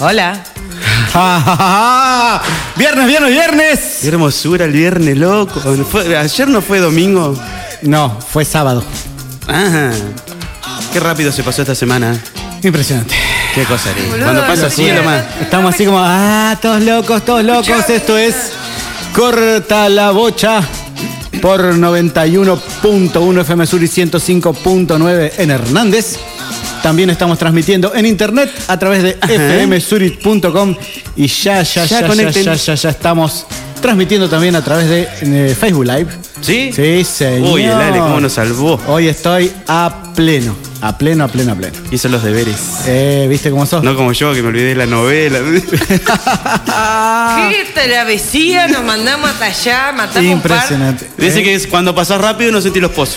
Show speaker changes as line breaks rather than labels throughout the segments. Hola.
viernes, viernes, viernes.
Qué hermosura el viernes, loco. Fue- ayer no fue domingo.
No, fue sábado.
Ah, qué rápido se pasó esta semana.
Impresionante.
Qué cosa, Ari.
Boludo,
Cuando pasa
lo
así,
siento.
lo más.
Estamos así como, ah, todos locos, todos locos. Esto es Corta la Bocha por 91.1 FM Sur y 105.9 en Hernández. También estamos transmitiendo en internet a través de fmsurit.com y ya, ya,
Ya
ya, ya,
conecten.
ya, ya, ya estamos transmitiendo también a través de eh, Facebook Live.
¿Sí?
Sí, señor.
Uy, el Ale, cómo nos salvó.
Hoy estoy a pleno, a pleno, a pleno, a pleno.
Hizo los deberes.
Eh, ¿Viste cómo sos?
No como yo, que me olvidé de la novela.
¿Qué travesía? Nos mandamos hasta allá, matamos un par.
Impresionante.
Dice
Eh,
que es cuando pasás rápido no sentís los pozos.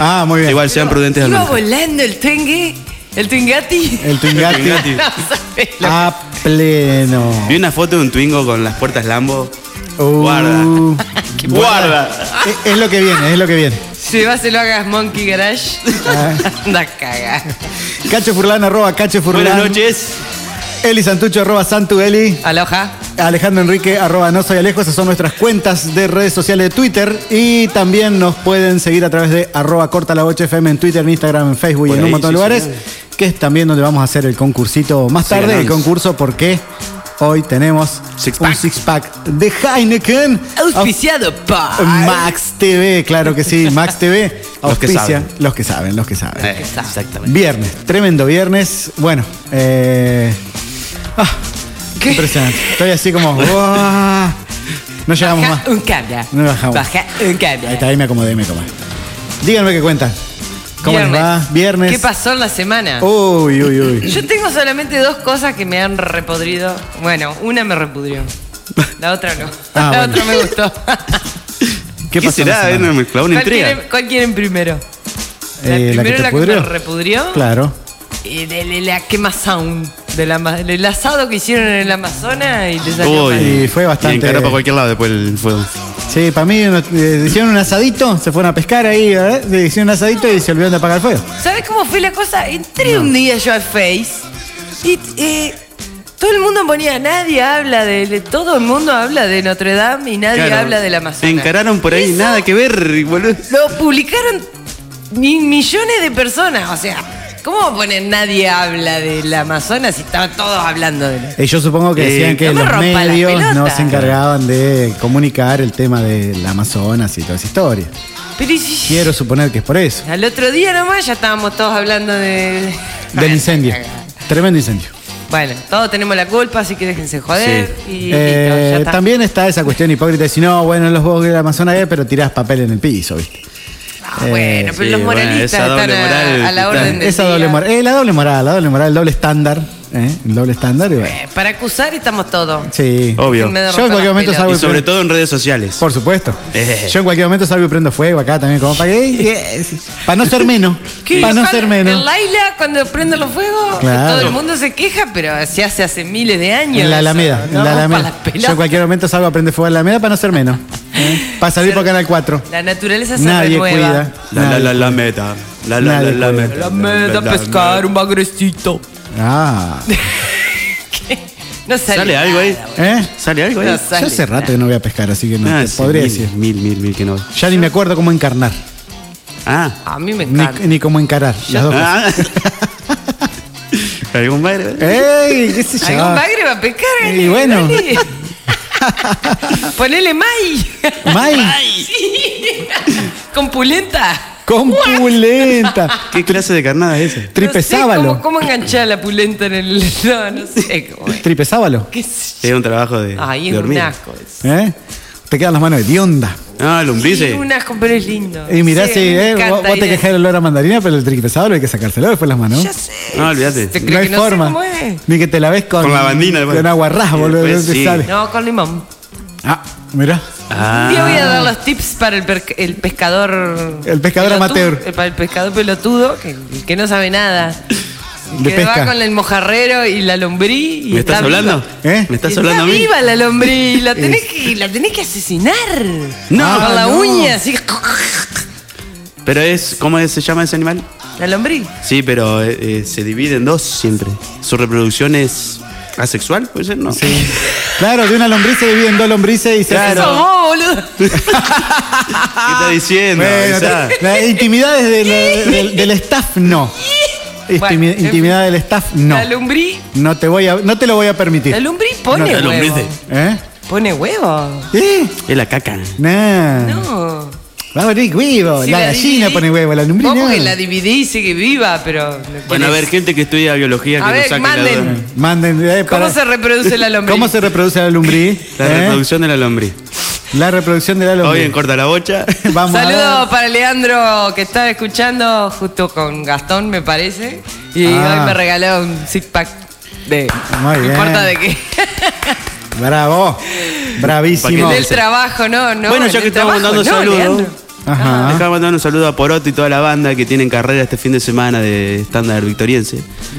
Ah, muy bien.
Igual sean prudentes al
Iba
manejo.
volando el tengue, el tengati.
El Twingati
El Twingati.
No sabés lo-
a pleno.
Vi una foto de un Twingo con las puertas Lambo.
Uh,
Guarda.
Qué
Guarda.
eh, es lo que viene, es lo que viene.
Se va, se lo hagas Monkey Garage.
Ah.
Anda caga.
Cacho Furlan, arroba Cacho Furlan.
Buenas noches.
Eli Santucho, arroba Santu Eli.
Aloha.
Oh. Alejandro Enrique, arroba no soy Alejo, esas son nuestras cuentas de redes sociales de Twitter y también nos pueden seguir a través de arroba corta la bocha FM en Twitter, en Instagram, en Facebook y
Por
en un
ahí,
montón de
sí,
lugares,
señor.
que es también donde vamos a hacer el concursito más
Sí,
tarde, el
ganamos.
concurso porque hoy tenemos
Six
un
pack.
six pack de Heineken.
Auspiciado
Au-
por.
Max TV, claro que sí, Max TV
Los que
auspicia,
saben.
los que saben, los que saben.
Eh,
está.
exactamente.
Viernes, tremendo viernes. Bueno, eh, ah,
¿Qué?
impresionante. Estoy así como. ¡guau! No llegamos más.
Baja un cabra.
No bajamos.
Baja un cabra.
Ahí está, ahí me acomodé, me acomodé. Díganme qué cuentan. ¿Cómo les
Viernes.
va? Viernes. Oh.
¿Qué pasó en la semana?
Uy, uy, uy.
Yo tengo solamente dos cosas que me han repodrido. Bueno, una me repudrió. La otra no.
Ah,
la
bueno.
otra me gustó.
¿Qué,
pasó en la
será? Eh,
semana?
no, me clavó una
¿Cuál
entrega.
quieren, cuál quieren primero? La
Eh,
primero la que me
pudrió?
repudrió.
Claro.
Y de, de la quema sound. Del ama- del asado que hicieron en el Amazonas y les salió mal.
Y fue bastante-
Y encaró para cualquier lado después el fuego.
Sí, para mí eh, hicieron un asadito, se fueron a pescar ahí, ¿eh? Le Hicieron un asadito y se olvidaron de apagar el fuego.
¿Sabes cómo fue la cosa? Entré un día yo al Face y eh, todo el mundo ponía, nadie habla de, de- todo el mundo habla de Notre Dame y nadie
Claro.
habla del
Se
Amazonas.
encararon por ahí,
Eso
nada que ver, boludo.
Lo publicaron mi- millones de personas, o sea, ¿cómo poner nadie habla del Amazonas si estaban todos hablando de él?
Y yo supongo que
Eh,
decían que
no me
los
rompa las
medios no
pelotas.
se encargaban de comunicar el tema del Amazonas y toda esa historia.
Pero y si-
Quiero suponer que es por eso.
al otro día nomás ya estábamos todos hablando de...
Del incendio. Tremendo incendio.
Bueno, todos tenemos la culpa, así que déjense joder. Y
Eh,
listo, ya está.
también está esa cuestión hipócrita de si no, bueno, en los bosques del Amazonas hay, pero tirás papel en el piso, ¿viste?
Ah, bueno, pero
sí,
los
bueno,
moralistas
esa doble
están a-
moral
a, la
está-
orden del
Esa
día.
doble moral. eh, la doble moral, la doble moral, el doble estándar. ¿eh? El doble estándar y bueno.
Eh, Para acusar estamos todos.
Sí.
Obvio.
Me
Yo en cualquier momento
rompan las
salgo
Y
y
sobre
prendo-
todo en redes sociales.
Ah, Por supuesto.
Eh.
Yo en cualquier momento salgo y prendo fuego acá también, como para que. Para no ser menos.
¿Qué?
Para no
¿Cuál-
ser
El
menos.
Laila, cuando prende los fuegos,
Claro.
todo el mundo se queja, pero se hace hace miles de años.
En la
eso,
Alameda,
¿no?
en la
Para
Alameda.
las
Yo en
pelotas.
cualquier momento salgo a prender fuego en la Alameda para no ser menos. ¿eh? Para salir por Canal 4.
La naturaleza se
Nadie
renueva.
cuida.
La la
nadie
la la meta. La la la
Nadie
la
puede.
meta.
La meta pescar un bagrecito.
Ah,
No sale,
¿Sale algo ahí?
nada,
¿eh?
¿Sale algo ahí?
No
Yo
sale
hace rato
nada.
que no voy a pescar, así que no
Ah,
te
sí,
podría
mil,
decir.
Mil, mil, mil que no.
Ya ni me acuerdo cómo encarnar,
Ah.
A mí me
ni,
encanta.
ni cómo encarar. Las dos cosas.
ah. ¿Algún baile?
¡Ey! ¿Qué sé yo?
¿Algún bagre va a pescar?
Y
Ale?
bueno.
Dale. Ponele May.
May,
Sí. Con pulenta.
con pulenta.
¿Qué clase de carnada es esa?
No sé
Tripesábalo.
cómo, cómo enganchar la pulenta en el. No, no sé cómo. es.
Tripesábalo.
¿Qué sé yo.
Es un trabajo de,
Ay,
de
es un
hormiga.
asco. eso.
¿Eh? Te quedan las manos hediondas.
Ah,
Sí,
lombrices.
un asco, pero es lindo.
Y mirá
Sí,
si
me
eh, vos,
encanta.
vos te
Y-
quejas del olor a mandarina, pero el tripesábalo hay que sacárselo después las manos.
Ya sé.
No, olvídate.
¿Te
No
crees
hay
que no sé
forma.
cómo es?
Ni que te la ves con,
Con lavandina, bueno.
Con agua ras,
Y
boludo.
después
no te
sí.
sale.
No, con limón.
Ah, mirá.
Ah.
Un día voy a dar los tips para el, per- el pescador.
El pescador amateur.
eh, Para el pescador pelotudo, que, el que no sabe nada. El
De
que
pesca.
va con el mojarrero y la lombrí. Y
¿Me estás
está viva.
hablando?
¿Eh?
¿Me estás
Está
hablando a mí?
viva la lombriz, la tenés que, la tenés que asesinar.
No,
con la
no.
uña, así.
Pero es, ¿cómo es- se llama ese animal?
La lombriz.
Sí, pero eh, eh, se divide en dos siempre. Su reproducción es asexual, puede ser, ¿no? Sí.
Claro, de una lombriz se dividen dos lombrices y se
Claro.
Sos vos, boludo.
¿Qué está diciendo?
Bueno,
Isaac?
te- las intimidades de la- del, del staff no. Intimi-
Bueno, en fin.
intimidad del staff no.
La lombriz.
No te voy a, no te lo voy a permitir.
La lombriz pone
No, la lombriz
huevo.
¿Eh?
Pone huevo.
¿Eh?
Es la caca.
Nah.
No.
Va a venir huevo.
Si
la gallina
dividí-
pone huevo, la lombriz
Vos
no.
porque la dividí y sigue viva, pero.
Bueno, a ver, gente que estudia biología que
A
nos
ver,
saque
manden.
la duda.
Manden, eh,
¿Cómo
para-
se reproduce la lombriz?
¿Cómo se reproduce la lombriz?
La
¿Eh?
reproducción de la lombriz.
La reproducción de la
Hoy
lombriz.
en Corta la Bocha.
Vamos a
Saludos
ver.
para Leandro que estaba escuchando junto con Gastón, me parece. Y
Ah.
hoy me regaló un six pack de.
Muy
no
bien.
importa de qué.
Bravo. Bravísimo.
Paquete
Del trabajo, no, no.
Bueno, ya
del
que estamos
trabajo,
mandando
no,
saludos.
Leandro.
Ajá.
Dejá de mandar un saludo a Poroto y toda la banda que tienen carrera este fin de semana de estándar victoriense.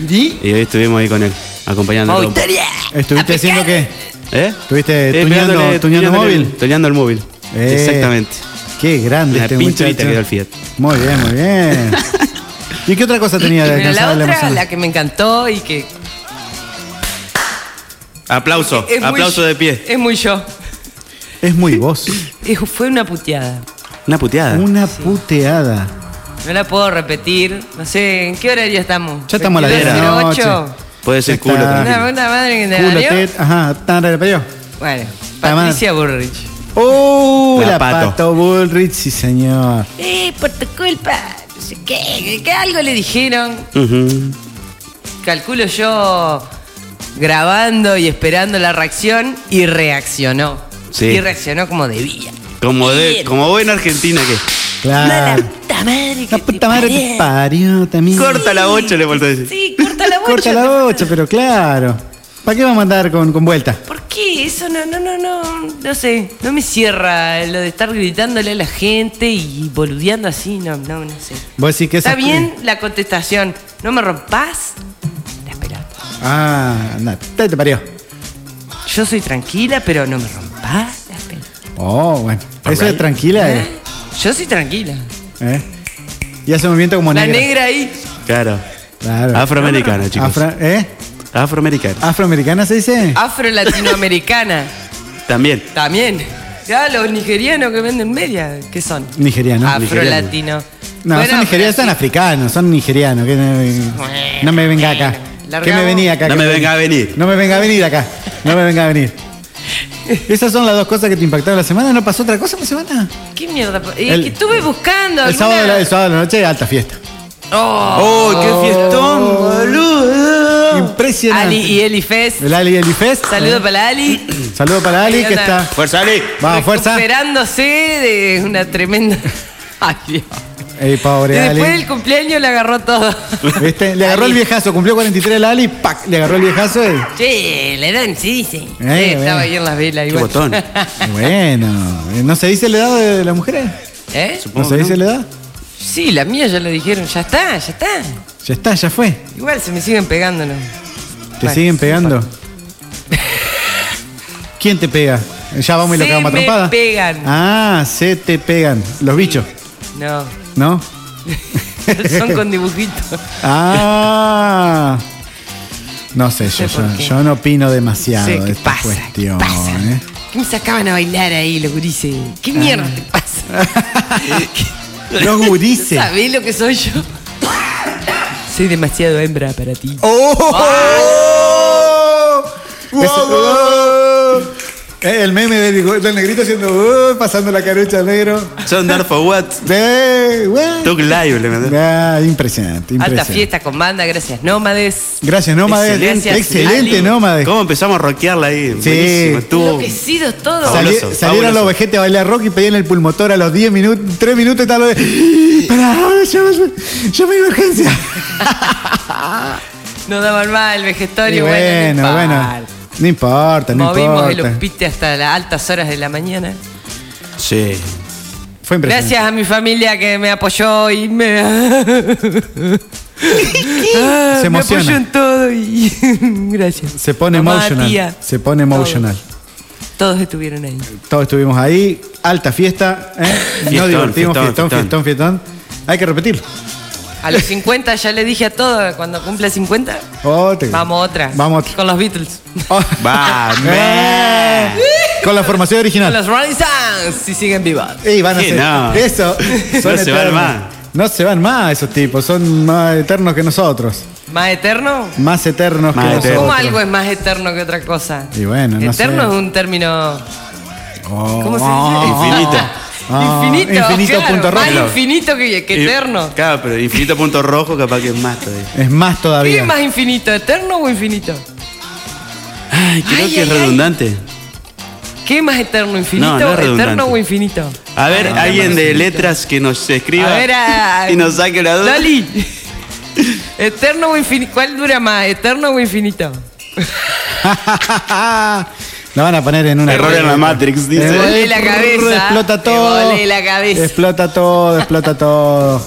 ¿Y?
Y hoy estuvimos ahí con él, acompañando.
Mau, Victoria.
¿Estuviste
A
haciendo
pescar.
qué?
¿Eh?
¿Estuviste
Eh,
tuñando-
pegándole-
tuñando
tuñándole-
móvil?
Tuñando el móvil.
Eh,
Exactamente.
Qué grande
La
este
pinturita
muchacho.
que dio el Fiat.
Muy bien, muy bien. ¿Y qué otra cosa tenía de
Pero la
alcanzar
otra,
Amazonas?
la que me encantó y que.
Aplauso,
es muy-
aplauso de pie.
Es muy yo.
Es muy vos.
Es- fue una puteada.
Una puteada.
Una puteada.
No la puedo repetir. No sé, ¿en qué horario estamos?
Ya estamos a la
22,
10 de la
08.
noche.
Puede ser
Ya
culo
está.
también.
Una, una madre que te
Culo,
parió.
tet- Ajá, tan repetido.
Bueno,
La madre.
Patricia Burrich.
¡Uh!
La
La, pato.
Pato.
Bullrich, sí señor.
Eh, por tu culpa. No sé qué, que- que algo le dijeron.
Ujú.
Calculo yo grabando y esperando la reacción y reaccionó.
Sí.
Y reaccionó como debía.
Como, de,
Bien.
como buena argentina que.
No,
Claro.
la puta madre que
Ah. La
te
puta madre te
parió.
parió también.
Corta la bocha, le faltó decir.
Sí, corta la bocha.
Corta la bocha, pero claro. ¿Para qué vamos a andar con, con vuelta?
¿Por qué? Eso no, no, no, no, no sé, no me cierra lo de estar gritándole a la gente y boludeando así, no, no, no sé.
Vos decís que
Está
esas-
bien la contestación, no me rompas la pelota.
Ah, andate. Te, te parió.
Yo soy tranquila, pero no me rompas la pelota.
Oh, bueno. Eso
Alright.
es tranquila, eh.
Yo soy tranquila.
¿Eh? Y hace movimiento como
La
negra.
negra ahí,
Claro.
Claro.
Afroamericana, chicos.
Afra- ¿eh?
Afroamericana.
¿Afroamericana se dice?
Ah. afro-latinoamericana,
También.
también. Ya, los nigerianos que venden media, ¿qué son?
Nigeriano.
Afro-latino.
No,
Bueno,
son nigerianos, son
pero sí.
africanos, son nigerianos. que no, no me venga acá.
Largamos.
Que me venía acá.
No
que
me venga a venir.
No me venga a venir acá. No me venga a venir. Esas son las dos cosas que te impactaron la semana. ¿No pasó otra cosa en la semana?
¿Qué mierda? Y
El-
que estuve buscando.
El
alguna-
sábado, de la- el sábado de la noche, alta fiesta.
Oh.
¡Oh, qué fiestón,
Oh.
boludo!
Impresionante.
Ali y Eli Fez.
El Ali Eli Fest. Eh,
Saludo para Ali.
Saludo para Ali
Ahí
que
anda.
está.
¡Fuerza, Ale!
Vamos, fuerza.
Recuperándose de una tremenda. Ay, Dios.
Ey,
Y
pobre Ali.
después del cumpleaños le agarró todo.
¿Viste? Le agarró el
Ali.
viejazo, cumplió 43 el Ali, ¡pac! Le agarró el viejazo y.
Sí, la edad sí dice. Sí,
Eh, bueno.
estaba ahí en las velas.
¡Qué
igual.
botón!
Bueno, ¿no se dice la edad de las mujeres?
¿Eh?
¿No se dice la edad?
Sí, la mía ya lo dijeron. Ya está, ya está.
Ya está, ya fue.
Igual se me siguen pegando. ¿no?
Te
Bueno,
siguen pegando. ¿Quién te pega? Ya vamos y lo
Se
cagamos a
me
trompada.
pegan.
Ah, se te pegan. Los bichos,
No,
¿no?
son con dibujitos.
Ah. No sé, yo,
No sé por
yo,
qué.
yo no opino demasiado
Sí,
de
¿qué
esta
pasa?
cuestión.
¿Qué pasa?
¿eh?
¿Qué me sacaban a bailar ahí los gurises? ¿Qué
Ah.
mierda te pasa?
Los gurises.
¿Sabés lo que soy yo? soy demasiado hembra para ti.
¡Oh!
Guau,
Eh, El meme del, del negrito haciendo "Oh", pasando la carucha al negro.
Son Dark for What.
Eh, güey.
Took Live, le mandé.
Ah, impresionante, impresionante.
Alta fiesta con banda, gracias Nómades.
Gracias, Nómades.
Excelente.
Excelente, Excelente
Ali.
Nómades.
¿Cómo empezamos a rockearla ahí? Buenísimo, estuvo.
Enloquecidos todos.
Sali-
Fabuloso,
salieron
fabuloso.
los vejetes a bailar rock y pedían el pulmotor a los 10 minutos, 3 minutos y tal. de- Pará, yo, yo, yo me iba a urgencia.
No daban mal,
Y
vegetorio.
bueno,
no
bueno.
importa.
No importa, no
Movimos el
importa.
hospite hasta las altas horas de la mañana.
Sí.
Fue impresionante.
Gracias a mi familia que me apoyó y me. Ah,
Se
me
emociona.
apoyó en todo y. gracias.
Se pone
Mamá,
emotional.
tía.
Se pone
Todos.
emotional.
Todos estuvieron ahí.
Todos estuvimos ahí, alta fiesta, ¿eh? nos
Fiestón,
divertimos,
fiestón,
fiestón, fiestón, fiestón,
fiestón.
Hay que repetirlo.
A los 50 ya le dije a todo, cuando cumple 50,
Oh, te-
vamos otra.
Vamos otra.
Con los Beatles.
Oh. Eh, Con la formación
Con
original.
los Rolling Stones, si siguen vivas.
Ey, van a
Sí,
ser-
no.
Eso. son
No se van
eternos.
más.
No se van más esos tipos. Son más eternos que nosotros.
¿Más eterno?
Más eternos
Más
que
eternos.
¿Cómo
nosotros.
algo es más eterno que otra cosa?
Y bueno, no
Eterno
sé.
es un término
Oh,
¿Cómo se dice?
oh,
Infinito.
Ah,
infinito.
infinito
claro,
punto
Más
rojo.
infinito que, que
Y-
eterno.
Claro, pero infinito punto rojo capaz que es más todavía.
Es más
¿Qué es
todavía.
más infinito? ¿Eterno o infinito?
Ay, creo
Ay,
que es
ay, ay.
redundante.
¿qué es más eterno? ¿Infinito?
No, no es redundante.
¿Eterno o infinito?
A ver,
Ah,
alguien de letras que nos escriba
A ver, a-
y nos saque la duda.
Loli. ¿Eterno o infinito? ¿Cuál dura más? ¿Eterno o infinito?
La van a poner en una.
Error en la Matrix,
Eh,
Me
dice.
volé la cabeza.
Explota
Me
todo.
volé la cabeza.
Explota todo, explota todo.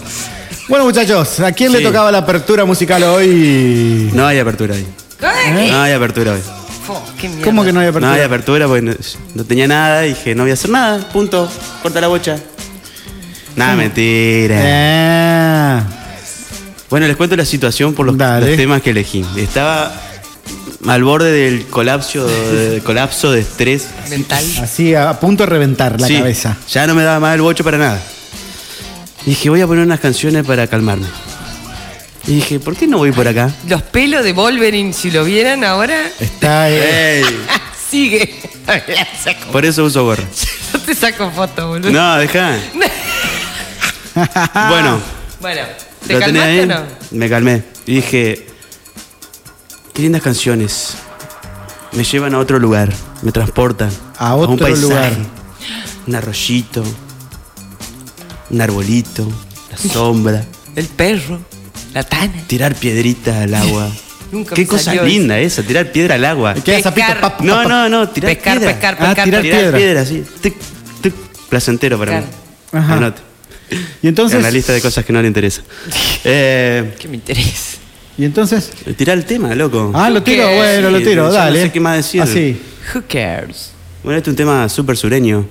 Bueno, muchachos, ¿a quién le
Sí.
tocaba la apertura musical hoy?
No hay apertura hoy.
¿Qué?
¿Eh? No hay apertura hoy.
Fo, qué mierda.
¿Cómo que no hay
No
apertura?
hay apertura porque no, no tenía nada. Dije, no voy a hacer nada. Punto. Corta la bocha. Nada, mentira.
Eh. Ah,
Bueno, les cuento la situación por los,
Dale.
los temas que elegí. Estaba al borde del colapso, de, colapso de estrés.
Mental.
así a, a punto de reventar la
Sí,
cabeza.
Ya no me daba más el bocho para nada. Y dije, voy a poner unas canciones para calmarme. Y dije, ¿por qué no voy por acá?
Los pelos de Wolverine, si lo vieran ahora,
Está eh, ahí.
Eh, Ey,
sigue. La saco.
por eso uso gorra.
No te saco foto, boludo.
No, deja. bueno,
Bueno, ¿te
lo tenés
calmaste
ahí.
o no?
Me calmé. Y dije, qué lindas canciones. Me llevan a otro lugar, me transportan.
A
un
otro
paisaje,
lugar.
Un arroyito, un arbolito, la sombra.
El perro, la tana.
Tirar piedrita al agua.
Nunca
Qué
me
cosa
salió
linda esa, tirar piedra al agua.
Queda esa pito,
Pescar.
pap, pap,
No,
pap.
no, no, tirar
Pescar,
piedra.
pescar,
Ah,
pescar.
tirar
pescar.
piedra.
piedra. así. Tic, tic, placentero para
Claro.
mí.
Ajá.
Anote.
Y entonces.
En la lista de cosas que no le interesa. Eh,
Que me interesa.
Y entonces.
tirar el tema, loco.
Ah, lo tiro,
¿Qué?
bueno, lo
Sí,
tiro,
yo no
dale.
sé qué más decir.
Así.
Who cares?
Bueno, este es un tema súper sureño.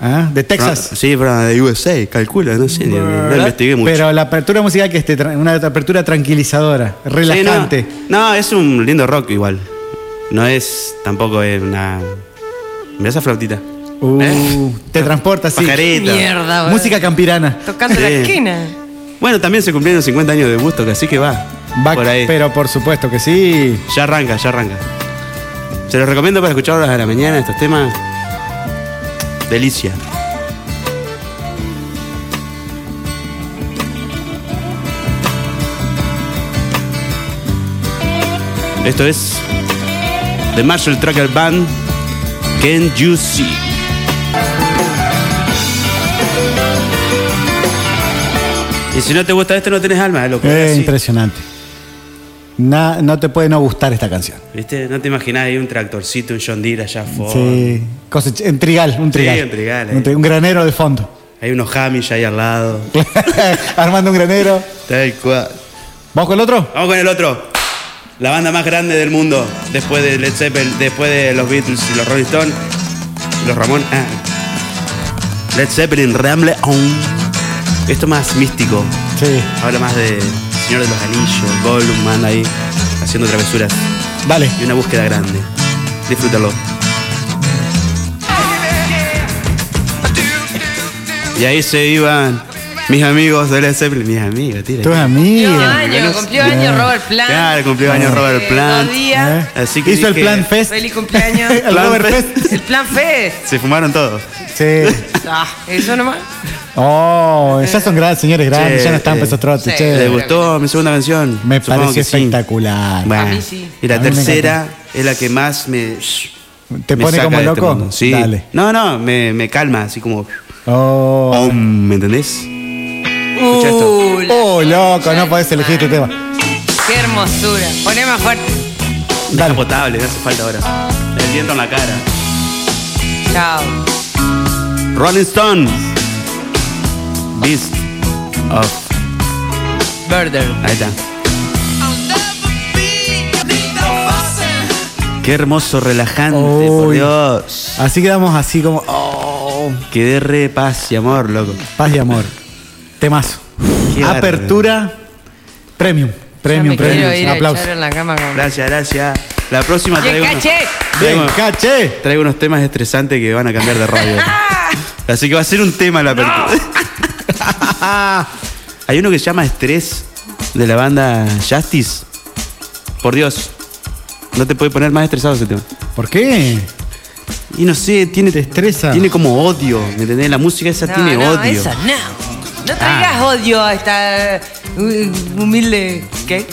Ah, de
Fra-
Texas.
Sí, pero de USA, calcula, no sé, no- no investigué mucho.
Pero la apertura musical que esté tra- una apertura tranquilizadora,
Sí, no,
relajante.
no, es un lindo rock igual. No es tampoco es una. Mirá esa flautita.
Uh,
¿Eh?
Te transporta así.
Qué
Pajarita.
mierda, boludo.
Música campirana.
Tocando la
Sí.
esquina.
Bueno, también se cumplieron 50 años de gusto, así que va.
Va-
por ahí.
Pero por supuesto que sí.
Ya arranca, ya arranca. Se los recomiendo para escuchar horas de la mañana estos temas. Delicia. Esto es The Marshall Tracker Band. Can You See? Y si no te gusta esto, no tenés alma, es loco.
Es
Es así.
impresionante. Na- no te puede no gustar esta canción.
¿Viste? No te imaginás ahí un tractorcito, un John Deere allá afuera.
Sí. Cosech- en trigal, un trigal.
en trigal, eh. ahí.
Un, tri- un granero de fondo.
Hay unos Hamish ahí al lado.
Armando un granero.
Tal cual.
¿Vamos con el otro?
Vamos con el otro. La banda más grande del mundo. Después de Led Zeppelin, después de los Beatles y los Rolling Stones. Los Ramón. ah. Led Zeppelin, Ramble On. Esto más místico.
Sí.
Habla más de Señor de los Anillos. Gollum anda ahí haciendo travesuras.
Dale.
Y una búsqueda grande. Disfrútalo. Y ahí se iban mis amigos de Led Zeppelin. Mis amigos, tira.
Tus
Cumplió
amigas.
año, cumplió año Robert Plant.
Claro, cumplió años Robert
Eh,
Plant.
Dos días.
Así que
Hizo el
dije-
plan fest.
Feliz cumpleaños.
el
Plan
Robert
Fest.
Fest.
El plan fe.
Se fumaron todos.
Sí.
Ah, eso nomás.
Oh, esas son grandes, señores grandes,
Che,
ya no están pues,
eh,
pesos trotes,
sí.
che.
¿Les gustó mi segunda canción?
Me
Supongo
parece
que sí.
espectacular.
Bueno,
A mí sí.
Y la
A mí me
tercera es la que más me.
¿Te
me
pone
saca
como
de este
loco?
mundo. sí.
Dale.
No, no, me, me calma, así como.
Oh,
Om, ¿Me entendés? Escucha esto.
Uh, la-
oh, loco, no podés elegir tu tema.
qué hermosura. Poné más fuerte.
Dale.
potable, no hace falta ahora. El viento en la cara.
Chao.
Rolling Stones. Beast of.
Murder.
Ahí está. Qué hermoso, relajante, por
Uy.
Dios.
Así quedamos así como, oh,
Quedé re paz y amor, loco.
paz y amor. Temazo.
Qué bárbaro.
Apertura Premium. Premium,
me quiero ir
premium.
a
Aplausos.
echar en la cama con...
Gracias, gracias. La próxima
¡Y el
traigo unos,
caché!
Bien,
traigo,
caché.
traigo unos temas estresantes que van a cambiar de radio. Así que va a ser un tema la apertura. Hay uno que se llama Estrés de la banda Justice. Por Dios, no te puede poner más estresado ese tema.
¿Por qué?
Y no sé, tiene
Te estresa.
Tiene como odio, ¿me entendés? La música esa
No,
tiene
no,
odio. Ah.
esa no. No traigas odio a esta eh, humilde... ¿Qué?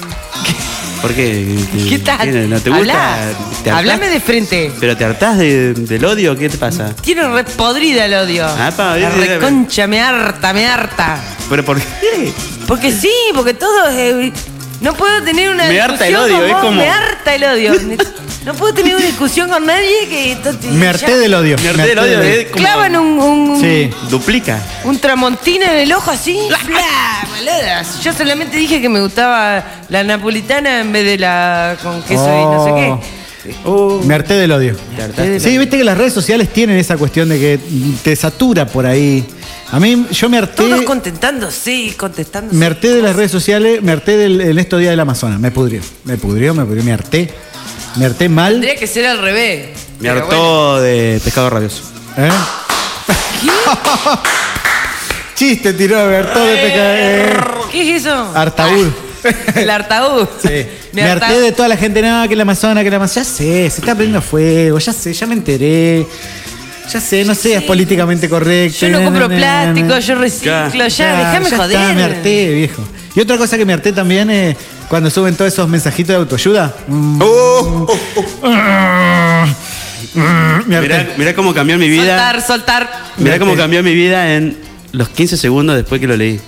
¿Por qué?
¿Qué
eh, ¿Tiene-
tal?
¿No te
Hablá.
gusta? ¿Te hartás?
Hablame de frente.
¿Pero te hartás de- del odio? ¿Qué te pasa?
Tiene re podrida el odio.
Ah, pa,
la
bien, bien, bien.
reconcha me harta, me harta.
¿Pero por qué?
Porque sí, porque todo es... eh, no puedo tener una
Me
discusión
harta el odio,
con
es
vos,
como-
Me harta el odio. No puedo tener una discusión con nadie que...
Me harté del odio.
Me harté del odio. es como-
Clavan un, un- un-
Sí.
Duplica.
un tramontina en el ojo así. Bla, boludas. Yo solamente dije que me gustaba la napolitana en vez de la con queso y no
Oh.
sé qué.
Oh.
Me harté del odio.
Te hartaste.
Sí, viste que las redes sociales tienen esa cuestión de que te satura por ahí. A mí, yo me harté.
Todos contentándose y contestándose.
Me harté de las redes sociales, me harté del, en estos días del Amazonas. Me pudrió. Me pudrió, me pudrió, me harté. Me harté mal.
Tendría que ser al revés.
Me
Pero
hartó
bueno.
de pescado rabioso.
¿Eh? Chiste tiró de hartó de peca- eh,
¿Qué es eso?
Artaúd.
El hartaúd.
Ah. Sí.
Me
Me harté de toda la gente, no, que la Amazonas, que la Amazonas. Ya sé, se está prendiendo fuego, ya sé, ya me enteré. Ya sé, no seas políticamente correcto.
Yo no
na, na,
compro
na, na, na.
plástico, yo reciclo, ya, déjame
ya
joder.
está, me harté, viejo. Y otra cosa que me harté también es cuando suben todos esos mensajitos de autoayuda. Mm, mm, me harté.
Mirá, mirá cómo cambió mi vida.
Soltar, soltar.
Mirá cómo cambió mi vida en los 15 segundos después que lo leí.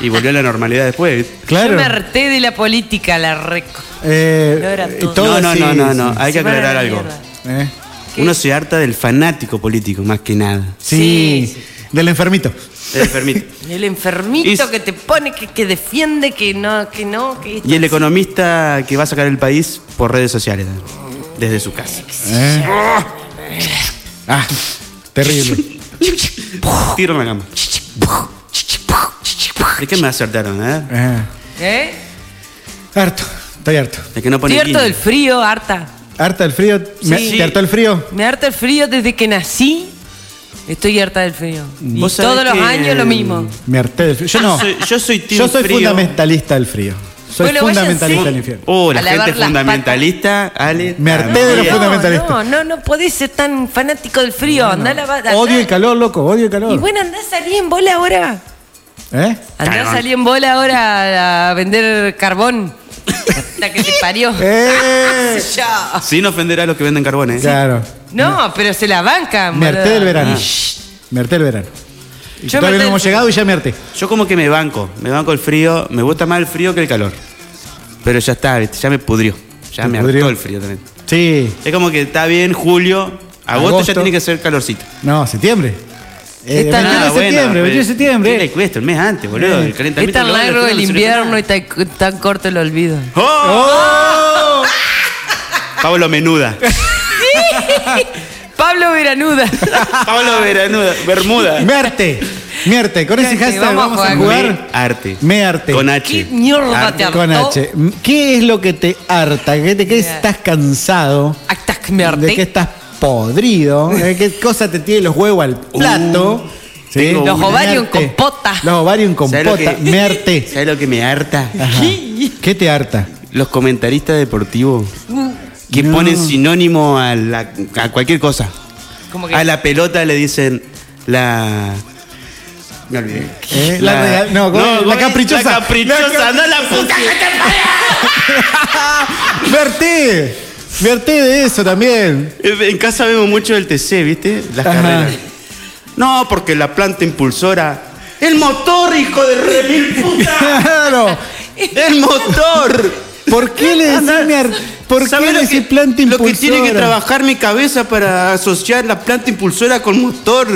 Y volvió a la normalidad después.
Claro.
Yo me harté de la política, la reco.
Eh,
No era
eh,
todo.
todo
no, no,
así,
no, no, no.
sí.
Hay que
Se van a la
aclarar algo.
mierda.
Eh,
¿Qué?
Uno se harta del fanático político, más que nada.
sí,
Sí,
del enfermito.
El permite.
El enfermito
Y-
que te pone, que, que defiende, que no, que no, que esto-
Y el economista que va a sacar el país por redes sociales. Desde su casa.
Eh. Ah, terrible.
Tiro en la cama. ¿De qué me acertaron, eh?
Eh,
¿Eh?
harto, estoy harto.
De que no pone
Estoy harto
guiño.
del frío, harta.
¿Harta el frío? Me-
Sí.
¿Te hartó el frío?
Me harta el frío desde que nací. Estoy harta del frío. Y
Vos
todos
sabés
los
que-
años lo mismo.
Me harté del frío. Yo
Yo
no.
soy- yo soy team
Yo soy
frío.
fundamentalista del frío. Soy
Bueno,
fundamentalista
váyanse.
del infierno.
Oh, la
A lavar
gente
las
fundamentalista, Ale.
Me harté de los
también.
fundamentalistas.
No, no, no podés ser tan fanático del frío. Andá a lavar- andá-
Odio el calor, loco, odio el calor.
Y bueno, andá a salir en bola ahora.
¿Eh?
Andá a
Cagón.
salir en bola ahora a vender carbón. Hasta que te parió.
¡Eh!
Ya.
Sin ofender a los que venden carbón, ¿eh?
Claro.
No, pero se la bancan.
Me harté
boludo.
del verano.
Y shh,
Me harté del verano. Y
Yo me
todavía
harté
no hemos
del-
llegado y ya me harté.
Yo como que me banco, me banco el frío, me gusta más el frío que el calor. Pero ya está, ¿viste? ya me pudrió. Ya
Te
me
pudrió.
hartó el frío también.
Sí.
Es como que está bien julio, agosto,
Agosto.
ya tiene que ser calorcito.
No, septiembre. Eh,
Está
21
nada,
de
bueno,
septiembre,
pero-
21 de
¿Qué le
septiembre.
cuesta? El mes antes, boludo. El
Es
calentamiento
tan
global,
largo
después
el
no sirve
invierno
para
y
nada.
tan, tan corto el olvido.
¡Oh! Pablo Menuda.
Pablo Veranuda.
Pablo Veranuda. Bermuda.
Me harté. Me harté. Con ese
Gente,
hashtag
vamos a
vamos a
jugar.
jugar.
arte.
Me harté.
Con
¿Qué
H.
mierda te hartó?
Con H. ¿Qué es lo que te harta? ¿Qué, de qué
Mira.
estás cansado?
Hasta que me
¿De qué
harté.
estás podrido? ¿De qué cosa te tiene los huevos al plato?
tengo Los
una. ovarios en
Me harté.
compota.
Los ovarios en compota.
¿Sabes lo que-
Me harté.
¿Sabes lo que me harta?
Ajá. ¿Qué te harta?
Los comentaristas deportivos que ponen sinónimo a, la- a cualquier cosa.
Como que-
A la pelota le dicen la. Me olvidé.
¿Eh? La rega- no, ¿cómo es? La
¿cómo es?
caprichosa.
La caprichosa, no la puta.
Me harté. Me harté de eso también.
En casa vemos mucho del TC, ¿viste? Las
Ajá.
carreras. No, porque la planta impulsora. ¡El motor, hijo de remil puta!
Claro.
¡El motor!
¿Por qué le decís, me har- ¿Por qué
¿Sabés
le
lo que-
decís planta impulsora?
Lo que tiene que trabajar mi cabeza para asociar la planta impulsora con motor.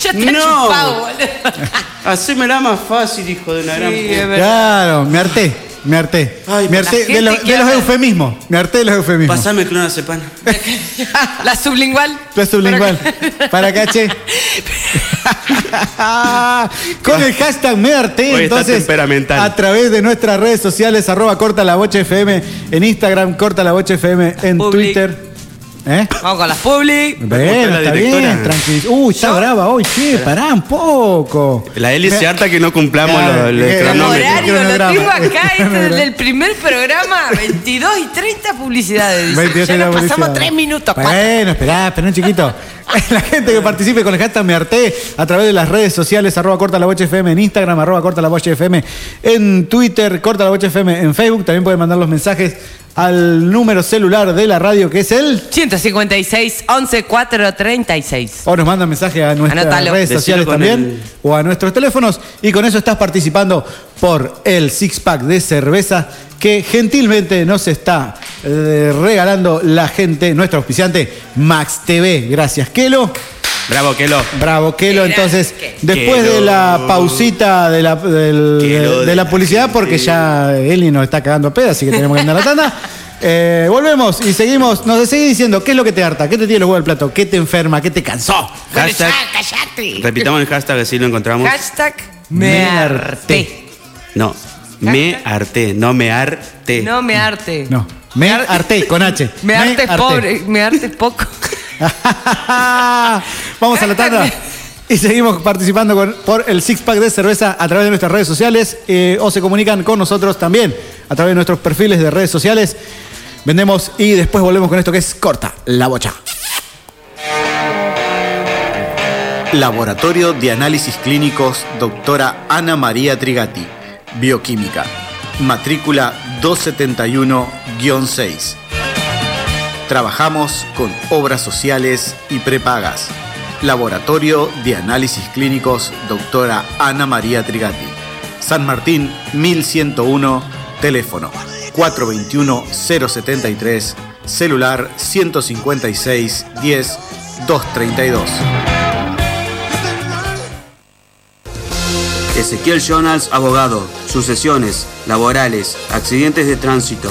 Ya te
No.
chupado, boludo.
Hacémela más fácil, hijo de una gran
Sí,
puta.
es verdad.
Claro, me harté. Me harté.
Ay,
me
la
harté de,
gente
los-
que
de los
habla-
eufemismos. Me harté de los eufemismos.
Pasame clonazepam.
La sublingual.
La sublingual. Para acá, che. Con el hashtag me harté,
Hoy está
entonces,
temperamental.
a través de nuestras redes sociales, arroba corta la bocha FM en Instagram, corta la bocha FM en
Public.
Twitter. ¿Eh?
Vamos con las public.
Bueno,
la
está
directora.
bien, tranquilo. Uy, está
Yo-
brava hoy, che, pará un poco.
La Eli se
Me-
harta que no cumplamos
Claro,
lo- lo-
eh,
el
El
cronómetro.
horario lo tengo
Cronograma.
acá, este es el primer programa, 22 y 30 publicidades. dice.
28
ya
de la
nos pasamos
publicidad.
3 minutos. cuatro.
Bueno, esperá, esperá un chiquito. La gente que participe con el hashtag Me Harté a través de las redes sociales, arroba corta la bocha FM en Instagram, arroba corta la bocha FM en Twitter, corta la bocha FM en Facebook. También pueden mandar los mensajes al número celular de la radio que es el...
156 11 436.
O nos mandan mensaje a nuestras
Anotalo.
redes
Decilo
sociales
con
también o a nuestros teléfonos. Y con eso estás participando por el six pack de cerveza que gentilmente nos está eh, regalando la gente, nuestro auspiciante Max TV. Gracias, Kelo.
Bravo, Kelo.
Bravo, Kelo.
Gracias,
Entonces,
Kelo.
después de la
Kelo.
pausita de la, del-
Kelo
de
de
la
la
publicidad,
gente.
porque ya Eli nos está cagando a pedo, así que tenemos que andar a la tanda. eh, volvemos y seguimos. Nos sigue diciendo qué es lo que te harta, qué te tiene los huevos al plato, qué te enferma, qué te cansó.
Hashtag. Repitamos el hashtag, así lo encontramos.
Hashtag
Me
me
harté.
harté.
No. Me harté, no me harté.
No me harte.
No. Me harté con H.
Me harté
harté.
pobre, me harté poco.
Vamos a la tanda. Y seguimos participando con- por el six pack de cerveza a través de nuestras redes sociales eh, o se comunican con nosotros también a través de nuestros perfiles de redes sociales. Vendemos y después volvemos con esto que es corta la bocha.
Laboratorio de Análisis Clínicos, doctora Ana María Trigati, Bioquímica, matrícula 271-6. Trabajamos con obras sociales y prepagas. Laboratorio de Análisis Clínicos, doctora Ana María Trigati, San Martín 1101, teléfono 421-073, celular 156 10 232.
Ezequiel Jonas, abogado, sucesiones, laborales, accidentes de tránsito,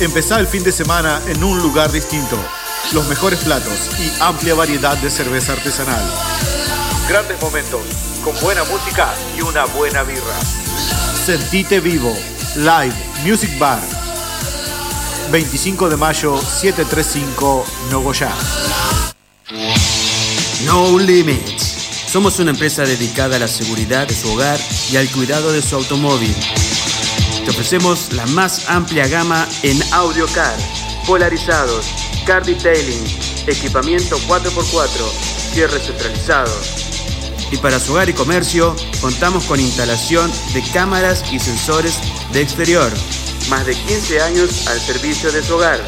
Empezá el fin de semana en un lugar distinto. Los mejores platos y amplia variedad de cerveza artesanal. Grandes momentos, con buena música y una buena birra. Sentite vivo. Live Music Bar. 25 de mayo, 735, Nogoyá.
No Limits. Somos una empresa dedicada a la seguridad de su hogar y al cuidado de su automóvil. Te ofrecemos la más amplia gama en audio car, polarizados, car detailing, equipamiento 4x4, cierres centralizados. Y para su hogar y comercio, contamos con instalación de cámaras y sensores de exterior. Más de 15 años al servicio de su hogar.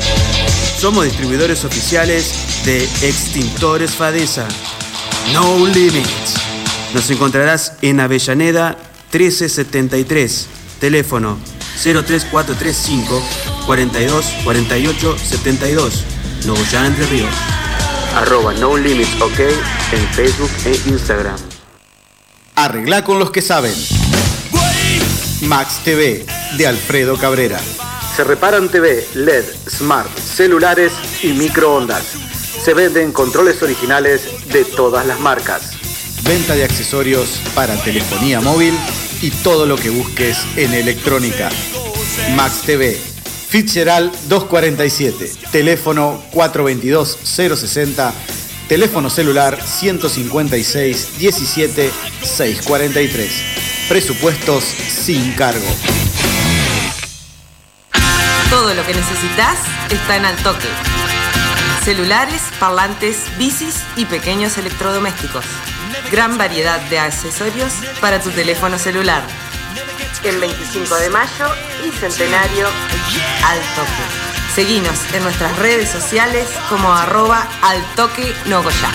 Somos distribuidores oficiales de Extintores Fadesa. No Limits. Nos encontrarás en Avellaneda 1373. Teléfono 03435 42 48 72. Nogoyá Entre Ríos. Arroba No Limits OK en Facebook e Instagram.
Arregla con los que saben. Max TV, de Alfredo Cabrera.
Se reparan TV, LED, E smart, celulares y microondas. Se venden controles originales de todas las marcas.
Venta de accesorios para telefonía móvil y todo lo que busques en electrónica. Max TV. Fitzgerald 247. Teléfono 422-060. Teléfono celular 156 17 643. Presupuestos sin cargo.
Todo lo que necesitas está en Altoque. Celulares, parlantes, bicis y pequeños electrodomésticos. Gran variedad de accesorios para tu teléfono celular. El 25 de mayo y centenario Altoque. Seguinos en nuestras redes sociales como arroba al toque Nogoyá.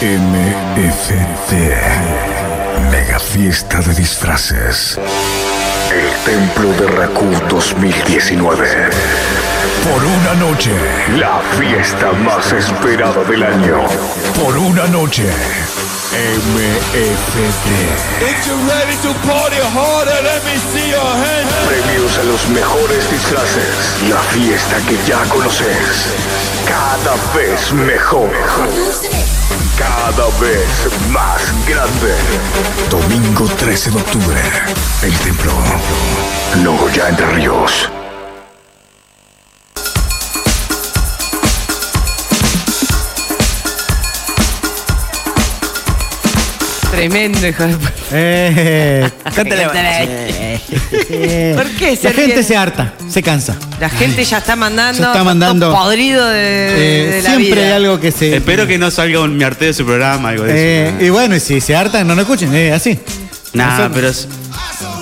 MFT. Mega fiesta de disfraces. El templo de Rakú 2019. Por una noche. La fiesta más esperada del año. Por una noche. MFT.
If you're ready to party harder, let me see your hands.
Premios a los mejores disfraces. La fiesta que ya conoces. Cada vez mejor. Cada vez más grande. Domingo 13 de octubre. El templo. Nogoyá Entre Ríos.
Tremendo, hijo de puta.
Eh, cántale. Eh,
¿Por qué se
La gente
ríen?
se harta, se cansa.
La gente ya está mandando.
Ya está
todo
mandando.
Podrido de,
Eh,
de la
siempre
vida.
hay algo que se.
Eh, Espero que no salga un mi arte de su programa, algo de
Eh,
eso.
y bueno, y si se hartan, no nos escuchen, eh, así.
Nah,
Nosotros-
pero es-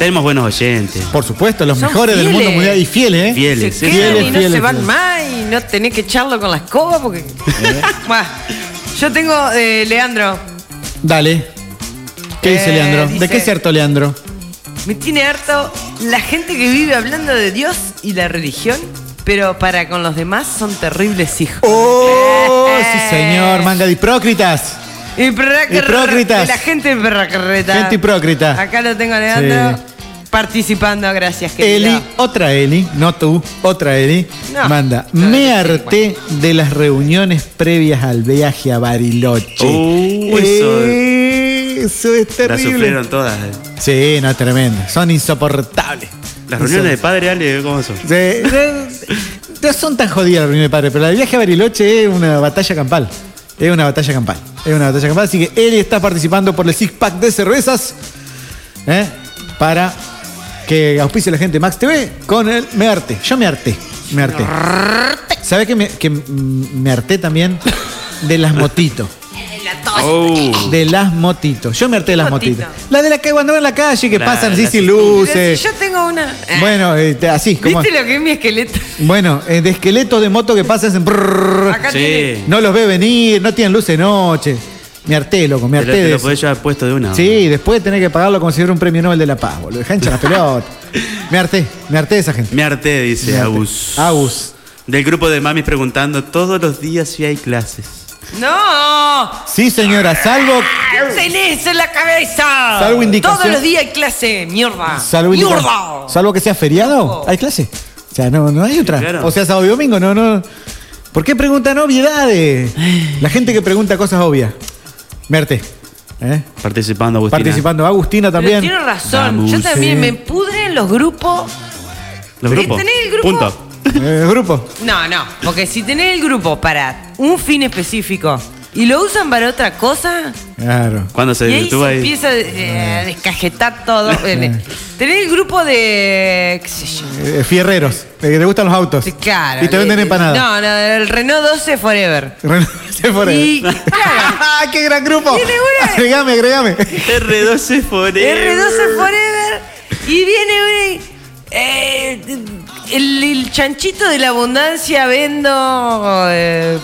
tenemos buenos oyentes,
Por supuesto, los
Son
mejores del mundo
fieles.
mundial y fieles, ¿eh?
Se
fieles.
quedan
fieles,
y no se
fieles,
van
fieles. ¿Eh?
más y no tenés que echarlo con la escoba porque. Buah. yo tengo, eh, Leandro,
Dale. ¿Qué dice
Eh,
Leandro? ¿De
dice- Eh.
qué es cierto, Leandro?
me tiene harto la gente que vive hablando de Dios y la religión, pero para con los demás son terribles hijos.
¡Oh!
Eh.
Sí, señor, manga de hipócritas.
Y perra-
Hipócritas.
de La gente perracarreta.
Gente hipócrita.
Acá lo tengo, Leandro.
Sí.
Participando, gracias, querido.
Eli, otra Eli, no tú, otra Eli,
No.
manda.
No,
me
sí,
harté de las reuniones previas al viaje a Bariloche.
Uh, eso-
Eso es
La
terrible.
sufrieron todas. eh.
Sí, no, tremendo. Son insoportables.
Las reuniones de padre Ale, ¿cómo son?
Sí, no- no son tan jodidas las reuniones de padres, pero el viaje a Bariloche es una batalla campal. Es una batalla campal. Es una batalla campal. Así que Eli está participando por el six pack de cervezas ¿eh? para que auspicie la gente Max TV con el Me Arte. Yo me harté. Me harté. ¿Sabes que me, que mm, me harté también? De las motitos.
Oh.
De las motitos. Yo me harté de las
Motito.
motitas. La de la que cuando van en la calle, que
La-
pasan así
las-
sin
Pero
luces.
si yo tengo una.
Bueno, eh, así. como-
¿Viste lo que es mi esqueleto?
bueno, eh, de esqueletos de moto que pasan hacen brrrr.
Acá tiene.
Sí.
no los ve venir, no tienen luz de noche. Me harté, loco, me
Te lo,
harté
te
de
lo
eso.
podés llevar puesto de una.
Sí, después de tener que pagarlo como si fuera un premio Nobel de la Paz, boludo. Deja hinchar las pelotas. Me harté, me harté de esa gente.
Mi arte, dice
Me harté.
Agus.
Agus.
Del grupo de mamis preguntando todos los días si hay clases.
¡No!
Sí, señora, salvo,
¡Tenés en la cabeza!
Salvo indicación-
Todos los días hay clase, mierda.
salvo, indica-
¡Mierda!
salvo que sea feriado, hay clase. O sea, no, no hay otra.
claro.
O sea, sábado y domingo, no, no. ¿Por qué preguntan obviedades? La gente que pregunta cosas obvias. Me harté. ¿eh?
Participando, Agustina.
Participando. Agustina
Pero
también.
tiene razón,
Vamos,
yo también
sí.
me pudre en los grupos.
Los
¿Tenés
grupos.
el grupo?
Punto.
Eh, grupo.
No, no, porque si tenés el grupo para un fin específico y lo usan para otra cosa,
Claro.
Cuando se
y ahí
detuvo
se
ahí.
empieza eh, a descajetar todo. Eh, tenés el grupo de. qué sé yo,
Eh, fierreros, eh, que te gustan los autos.
de cara.
Y te venden
eh,
empanadas.
No, no, el Renault 12 Forever.
Renuncie por
Y,
ahí.
claro.
¡Ah, qué gran grupo!
Tiene una-
Agregame, agregame.
R12 Forever.
R12 Forever. Y viene un. eh, el, el chanchito de la abundancia vendo. eh,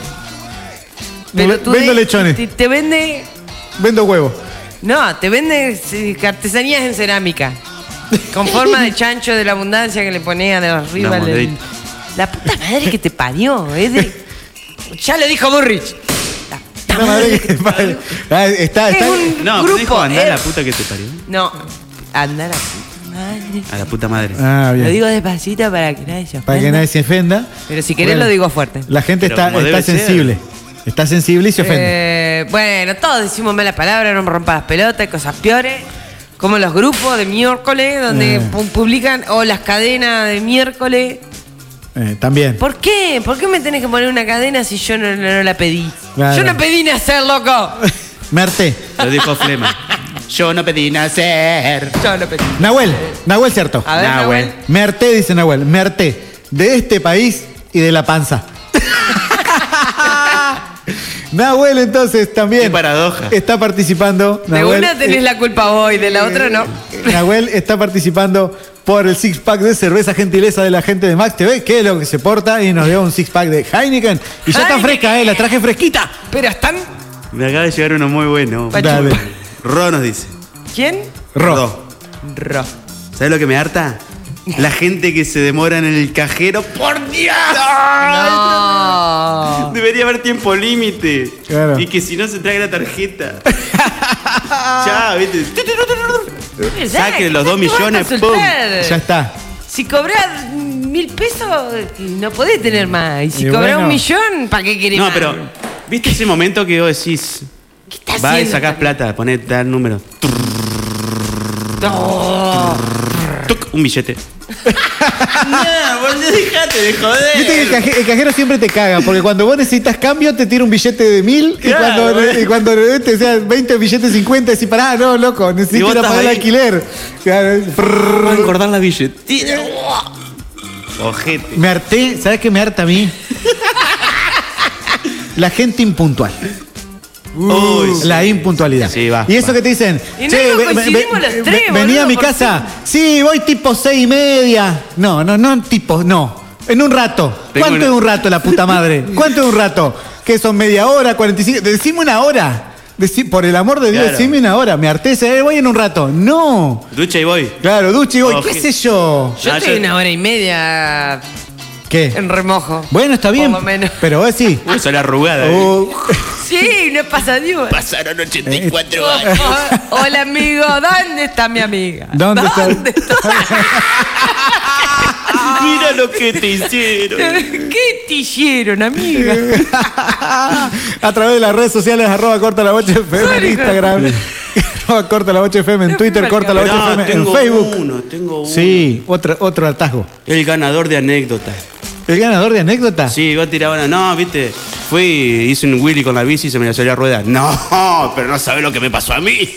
pelotudez,
Vendo lechones.
Te, te vende.
Vendo huevo.
No, te vende eh, artesanías en cerámica. Con forma de chancho de la abundancia que le ponía de arriba.
Una
el-
monedita.
la puta madre que te parió. Es de- ya lo dijo Burrich. La puta
No, madre,
madre
que padre. Ah, está,
Es
está.
un-
No,
grupo,
pero dijo andá a la
eh.
puta que te parió.
No, anda la puta madre.
A la puta madre.
Ah,
Lo
bien.
digo despacito para que nadie se
Para que
ofenda.
nadie se ofenda.
Pero si querés
Bueno,
lo digo fuerte.
La gente
Pero
está,
como
está
debe ser.
sensible. Está sensible y se ofende.
Eh, bueno, todos decimos malas palabras, no me rompas las pelotas, cosas peores. Como los grupos de miércoles, donde
Eh.
pu- publican, o las cadenas de miércoles.
Eh, también.
¿Por qué? ¿Por qué me tenés que poner una cadena si yo no, no- no la pedí?
Claro.
Yo no pedí nacer, loco.
Merte.
Lo dijo Flema. Yo no pedí nacer.
Yo no pedí.
Nahuel. Nahuel, cierto.
A ver,
Nah,
Nahuel.
güey.
Merte, dice Nahuel. Merte. De este país y de la panza. Nahuel entonces también.
Qué paradoja.
Está participando.
De
Nahuel,
una tenés
eh,
la culpa hoy, de la otra no.
Nahuel está participando por el six pack de cerveza gentileza de la gente de Max TV, que es lo que se porta y nos dio un six pack de Heineken. Y ya está
Heineken.
fresca, eh, la traje fresquita.
Pero están.
Me acaba de llegar uno muy bueno.
Pa'
Dale.
chupar.
Ro nos dice.
¿Quién?
Ro.
Ro.
¿Sabes lo que me harta? La gente que se demora en el cajero. ¡Por Dios!
No.
Debería haber tiempo límite.
Claro.
Y que si no se trae la tarjeta. ya, viste. Saquen los dos
¿Cuánto vas a
millones, pum.
soltar?
Ya está.
Si cobras mil pesos, no podés tener más. Y si
Y
cobras
bueno.
un millón, ¿para qué querés
No,
más?
pero. ¿Viste ese momento que vos decís?
¿Qué estás
Va y
haciendo?
sacás plata, ponés tal número.
No.
Tuc, un billete. no, vos dejate de joder.
Viste que el, caje- el cajero siempre te caga, porque cuando vos necesitas cambio te tira un billete de mil
Claro,
y cuando,
güey.
y cuando te sea 20 billetes 50 decís, pará, no, loco,
Y
necesito
vos
ir a
estás
pagar el
ahí.
alquiler. Claro, prrr.
Va a engordar la billetera. Ojete.
Me harté, ¿sabes qué me harta a mí? La gente impuntual.
Uy, sí.
la impuntualidad.
Sí, va,
y eso
va.
que te dicen,
Y no
ve- ve-
coincidimos
ve-
los tres,
ve- vení
boludo,
a mi
por
casa. Sí, voy tipo seis y media. No, no, no, tipo, no. En un rato.
Tengo
¿Cuánto
una-
es un rato, la puta madre? ¿Cuánto es un rato? ¿Qué son media hora, 45? Decime una hora. Deci- por el amor de Dios,
Claro.
decime una hora. Me harté, ese, eh, voy en un rato. No.
Ducha y voy.
Claro, Duchi, voy, qué
Oje.
sé yo.
Yo
Ah,
estoy
yo-
una hora y media
¿Qué?
en remojo.
Bueno, está bien.
Por lo menos.
Pero vos uh, sí.
Uy, sale arrugada. eh.
Sí, no pasa ni una.
Pasaron 84
Hola amigo, ¿dónde está mi amiga?
¿Dónde está?
está?
Mira lo que te hicieron.
¿Qué te hicieron, amiga?
a través de las redes sociales, arroba corta la bocha FM en
Sorry,
Instagram, arroba corta la bocha FM en
No,
Twitter,
me
corta la bocha
No,
FM en
tengo
Facebook.
uno, tengo uno.
Sí, otro, otro hartazgo.
El ganador de anécdotas.
El ganador de anécdotas.
Sí, yo tiraba una. No, viste, fui, hice un Willy con la bici y se me le salió la rueda. No, pero no sabes lo que me pasó a mí.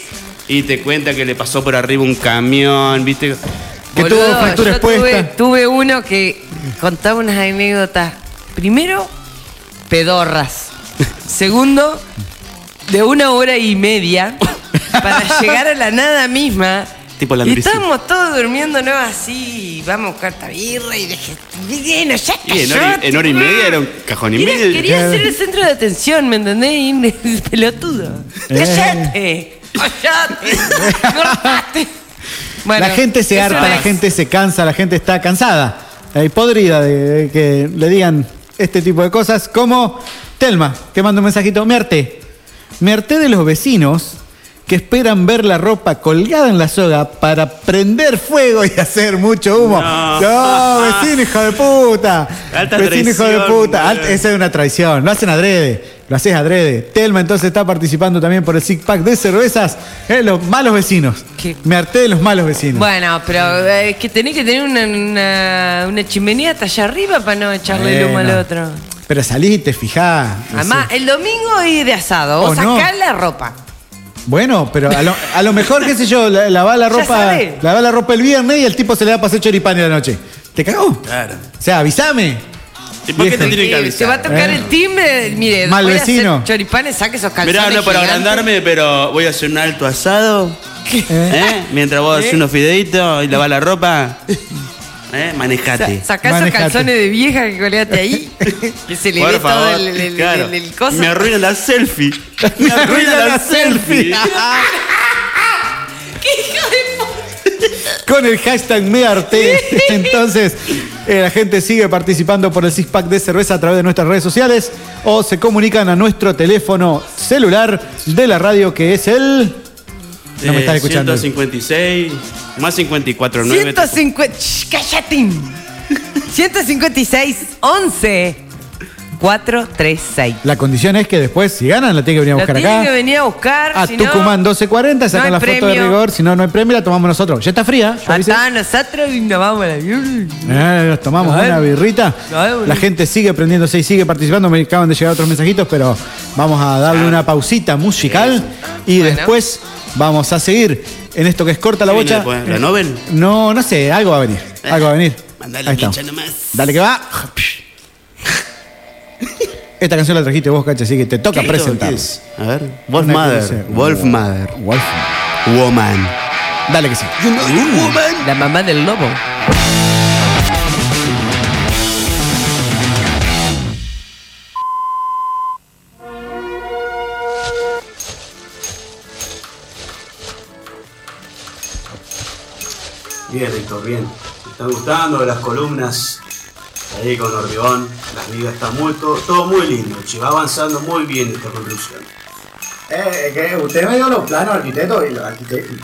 Y te cuenta que le pasó por arriba un camión, viste.
Que
Boludo,
tuvo fractura
yo tuve-
expuesta.
Tuve uno que contaba unas anécdotas. Primero, pedorras. Segundo, de una hora y media para llegar a la nada misma.
Tipo la
y
Andrés.
estábamos todos durmiendo, ¿no? Así, vamos a buscar esta birra y dije, bueno, ya
Y en hora, y- en hora y media era un cajón y
Era-
medio.
quería ser el centro de atención, ¿me entendés? Y me- pelotudo.
Eh.
¡Cállate! ¡Cállate! ¡Cortate! Bueno,
la gente se
eso
harta,
no
la
es.
gente se cansa, la gente está cansada. Eh, podrida de, de que le digan este tipo de cosas. Como Telma, que manda un mensajito. Me harté. Me harté de los vecinos que esperan ver la ropa colgada en la soga para prender fuego y hacer mucho humo.
No.
No, vecino hijo de puta.
Alta
vecino hijo de
traición,
puta.
boludo.
Alt- esa es una traición. Lo hacen adrede. Lo haces adrede. Telma entonces está participando también por el six pack de cervezas. Eh, los malos vecinos.
¿Qué?
Me harté de los malos vecinos.
Bueno, pero eh, es que tenés que tener una, una, una chimenea hasta allá arriba para no echarle el humo al
Bueno,
otro.
Pero salí y te fijás. no
Además,
sé.
el domingo es de asado. Vos
O Oh, no.
sacás la ropa.
Bueno, pero a lo, a lo mejor, qué sé yo, la, lavá la
Ya
ropa.
sabe.
Lavá la ropa el viernes y el tipo se le da paseo choripán a la noche. ¿Te cagó?
Claro.
O sea, avísame.
¿Y por qué
Viejo.
te tienen que
Eh, te va a
avisar?
tocar
Eh.
el timbre. Mire,
Mal
voy a hacer
vecino.
Choripanes, saque esos calzones.
Mirá, no para
gigantes.
agrandarme, pero voy a hacer un alto asado. ¿Eh? Mientras vos haces unos fideitos y lavas la ropa. ¿Eh?
Sa-
Manejate.
Sacá
Manejate.
esos calzones de vieja que colgaste ahí. que se le ve
Por
todo
favor.
el, el, el-
Claro.
el- el coso.
Me arruina la selfie. Me arruina la selfie.
¡Qué hijo de puta!
Con el hashtag me harté. Entonces, eh, la gente sigue participando por el six pack de cerveza a través de nuestras redes sociales o se comunican a nuestro teléfono celular de la radio que es el. No me estás
Eh,
escuchando.
156, más 54, 9.
150. Shh, ¡Cállate! 156 11 436.
La condición es que después, si ganan, la tienen que venir a
Lo
buscar
tienen
acá.
que venir a buscar.
A
si no,
Ah, Tucumán 1240, sacan
no
la
hay
foto de
premio.
rigor. Si no, no hay premio, la tomamos nosotros. Ya está fría. yo avisé.
Acá nosotros y nos vamos a la birra.
Eh, nos tomamos
A ver.
una birrita.
A ver, boludo.
La gente sigue prendiéndose y sigue participando. Me acaban de llegar otros mensajitos, pero vamos a darle una pausita musical y
Bueno.
después vamos a seguir en esto que es corta la
¿Qué viene
bocha. Eh,
después? ¿La novel?
No, no sé, algo va a venir. Algo va a venir.
Eh, Mandale
Ahí
pincha
estamos.
nomás.
Dale que va. Esta canción la trajiste vos, Cacha, así que te toca presentar.
A ver. Wolf
Una que
Mother.
dice,
Wolf
"Wo-
Mother.
Wolf.
Woman. Uh.
Dale que sí.
You know you woman.
La mamá del lobo.
Bien, Héctor, bien. Me están gustando las columnas. Ahí con Ordeón, las ligas están muy, todo, todo muy lindo, che. Va avanzando muy bien esta conclusión.
Eh, es que usted me dio los planos, arquitecto, y los arquitectos.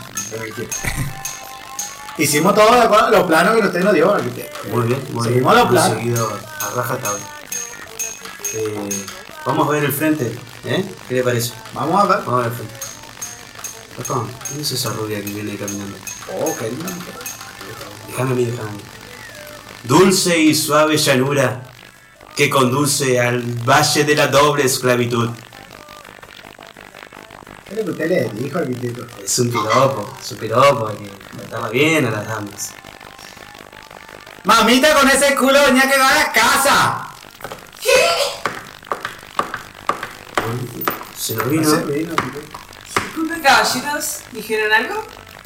Hicimos todos de acuerdo a los planos que usted nos dio, arquitecto.
Muy bien, muy bien.
Seguimos los
Hemos
planos.
seguido a rajatabla. Eh, vamos a ver el frente, ¿eh? ¿Qué le parece?
Vamos a ver.
Vamos a ver el frente. Papá, ¿quién es esa rubia que viene ahí caminando?
Oh, qué lindo.
Déjame a mí, déjame a mí. Dulce y suave llanura que conduce al valle de la doble esclavitud.
¿Qué es lo que usted le dijo, arquitecto?
Es un piropo, es un piropo, hay que tratarla bien a las damas.
Mamita con ese culo venía que va a la casa.
Se nos vino.
Se Ah, vino, arquitecto.
Disculpen, caballeros, ¿dijeron algo?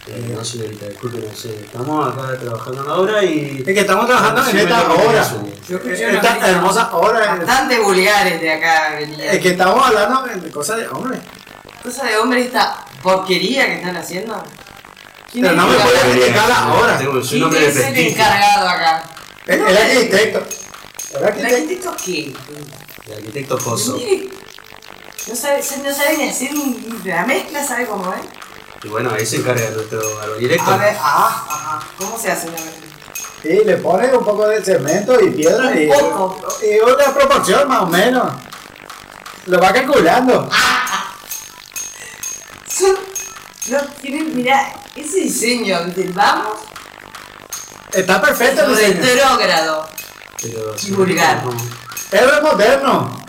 Eh, no, señorita, disculpe, no sé. Estamos acá trabajando en la obra y.
Es que estamos trabajando en esta hora.
Yo creo que no
Esta
dije.
hermosa hora.
Bastante vulgares de acá venía.
Es que estamos hablando de cosas de hombres.
Cosa de hombre esta porquería que están haciendo. ¿Quién
Pero
es
no me
el-
puede criticar la hora.
Tengo soy un
¿Quién
hombre de
es el
prestigio.
encargado acá?
¿Eh? El, el arquitecto. El
¿El
arquitecto.
arquitecto qué?
El arquitecto Joso.
Mire, No sabe, se- no sabe ni hacer un- la mezcla, sabe cómo es.
Y bueno, ahí se encarga nuestro árbol
A ver,
Héctor.
ah, ajá. ¿Cómo se hace una mezcla?
Y le pones un poco de cemento y piedra y,
Un poco.
y una proporción más o menos. Lo va calculando.
Son- No, tienen, mirá, ese diseño del vamos,
Está perfecto el
lo
diseño.
retrógrado.
Pero,
Y vulgar.
Es re moderno.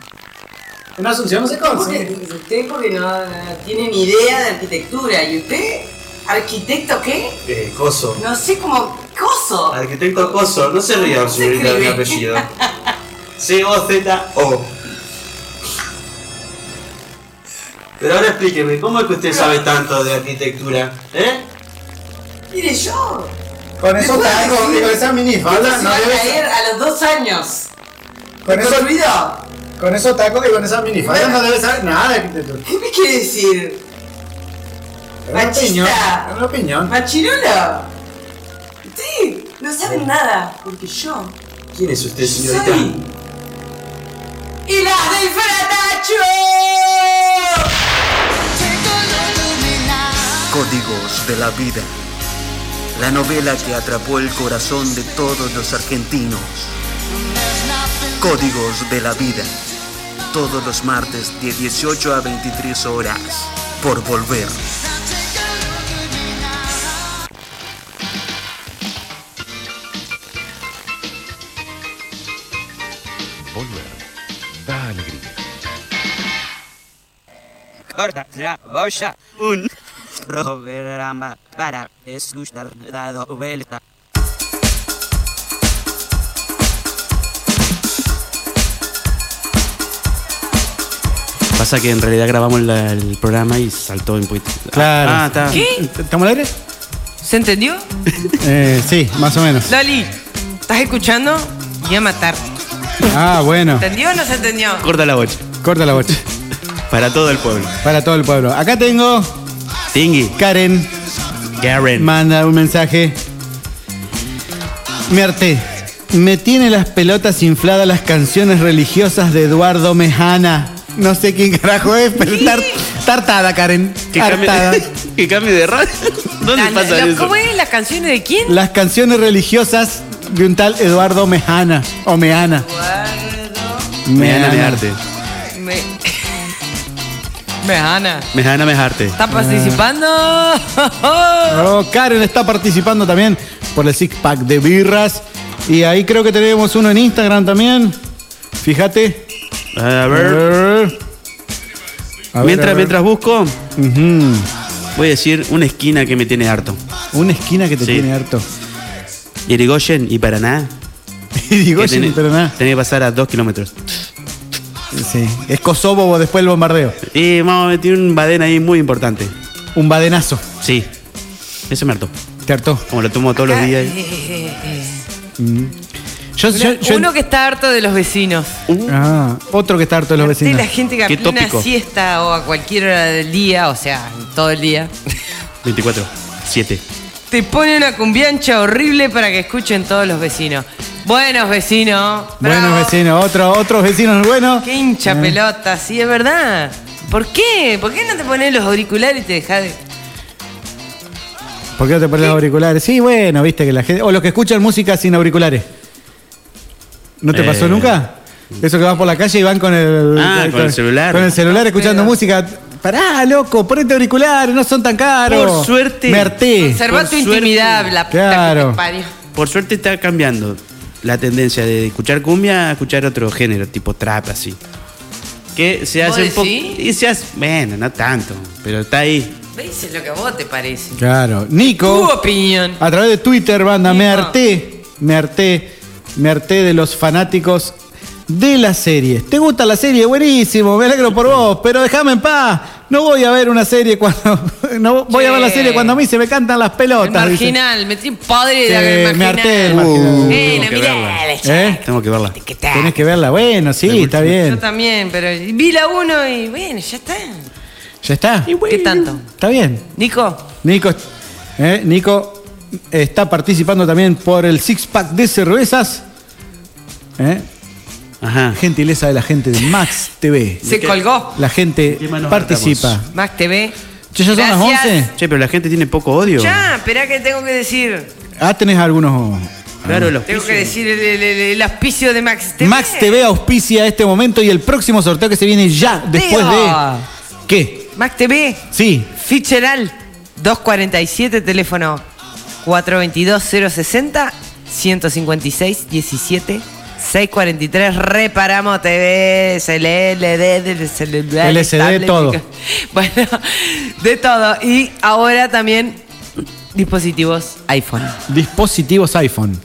En Asunción no se
Porque-
consigue.
Usted porque no, no tiene ni idea de arquitectura. ¿Y usted? ¿Arquitecto qué?
Eh, Coso.
No sé cómo. ¡Coso!
Arquitecto Coso, no se ría,
¿Cómo se
señorita, de mi
escribe?
apellido. C-O-Z-O. Pero ahora explíqueme, ¿cómo es que usted sabe tanto de arquitectura? ¿Eh?
Mire yo.
Con esos
¿Me puede
tacos y
decir?
con esa minifalda
se
no
va a
debe
caer a los dos años.
Con esos,
¿Construido?
con esos tacos y con esa minifalda no debe saber nada de arquitectura.
¿Qué me quiere decir?
Es una
Machista.
opinión. Es una opinión.
¡Machirulo! Sí, no saben nada. Porque yo
¿Quién es usted, señorita?
soy. ¡Y las del Fratacho!
Códigos de la Vida. La novela que atrapó el corazón de todos los argentinos. Códigos de la Vida. Todos los martes de 18 a 23 horas. Por volver.
Corta la boya, un programa para escuchar dado vuelta.
Pasa que en realidad grabamos la- el programa y saltó en poquito.
Claro.
Ah, está.
¿Qué?
¿Estamos al aire?
¿Se entendió?
Eh, sí, más o menos.
Lali, ¿estás escuchando? Voy a matar.
Ah, bueno.
¿Entendió o no se entendió?
Corta la bocha.
Corta la bocha.
Para todo el pueblo.
Para todo el pueblo. Acá tengo
Tingui.
Karen.
Garen.
Manda un mensaje. Me harté. Me tiene las pelotas infladas las canciones religiosas de Eduardo Mejana. No sé quién carajo es, pero tar- tartada, Karen.
que, cambie,
Tartada.
que cambie de radio. ¿Dónde
La-
pasa
la-
eso?
¿Cómo es? ¿Las canciones de quién?
Las canciones religiosas de un tal Eduardo Mejana. O Meana.
Mejana Mejarte.
Me... Mejana.
Mejana Mejarte.
¿Está participando?
Oh, Karen está participando también por el six pack de birras. Y ahí creo que tenemos uno en Instagram también. Fíjate.
A
A ver,
ver.
a ver,
mientras,
a ver.
mientras busco,
Ujú.
voy a decir una esquina que me tiene harto.
Una esquina que te
Sí.
tiene harto.
Irigoyen y Paraná.
Y digo,
Que
sí,
tenés-
pero nada.
Tenés que pasar a dos kilómetros.
sí. Es Kosovo después del bombardeo.
Y vamos a meter un badén ahí muy importante.
Un badenazo.
Sí. Ese me hartó.
¿Te hartó?
Como lo tomo todos los días.
eh,
Mm. Yo-
Uno,
yo- yo-
uno que está harto de los vecinos.
Ah, otro que está harto de los
Sí,
vecinos.
la gente que a plena siesta o a cualquier hora del día, o sea, todo el día,
24. 7.
te pone una cumbiancha horrible para que escuchen todos los vecinos. Buenos vecinos.
Buenos vecinos, otro, otros vecinos buenos.
Qué hincha
Eh.
pelota, sí, es verdad. ¿Por qué? ¿Por qué no te pones los auriculares y te dejas de.?
¿Por qué no te pones los auriculares? Sí, bueno, viste que la gente. O los que escuchan música sin auriculares. ¿No te pasó
Eh.
nunca? Eso que vas por la calle y van con el. eh,
Ah, con el celular.
Con el celular escuchando música. Pará, loco, ponete auriculares, no son tan caros.
Por suerte.
Me harté.
Conserva tu intimidad, la puta que
Eh, Claro.
te parió.
Por suerte está cambiando la tendencia de escuchar cumbia a escuchar otro género, tipo trap así. Que se hace un
¿Vos
poco.
decís?
Y se hace. Bueno, no tanto. Pero está ahí.
¿Ves? Es lo que a vos te parece.
Claro. Nico.
Tu opinión.
A través de Twitter, banda, me
Nico.
harté, me harté, me harté de los fanáticos de las series. ¿Te gusta la serie? Buenísimo, me alegro por vos, pero déjame en paz. No voy a ver una serie cuando. No voy a ver la
Che.
serie cuando a mí se me cantan las
El
pelotas. dice.
marginal, me tiene padre de
Sí,
haber
me harté del
marginal.
marginal.
Eh, no,
que
mirá,
verla.
Uh.
la
¿Eh?
Tengo que verla.
Tenés que verla. Bueno, sí, está
Yo
bien.
también, pero vi la uno y bueno, ya está.
¿Ya está?
¿Qué tanto?
Está bien.
Nico,
Nico, eh, Nico está participando también por el six pack de cervezas. ¿Eh?
Ajá.
Gentileza de la gente de Max TV.
se colgó.
La gente
¿Qué más nos
participa.
Max TV.
Che, ¿Ya son las
Gracias.
11?
Che, pero la gente tiene poco odio.
Ya, esperá que tengo que decir.
Ah, tenés algunos.
Claro, los
Tengo
pisos.
que decir el, el- el- el auspicio de Max TV.
Max TV auspicia este momento y el próximo sorteo que se viene ya después de. ¿Qué?
Max TV,
Sí.
Ficheral 247, teléfono 422-060, 156-17. 643, reparamos TV, LLD, del celular.
LCD,
estable,
todo.
chico. Bueno, de todo. Y ahora también dispositivos iPhone.
Dispositivos iPhone.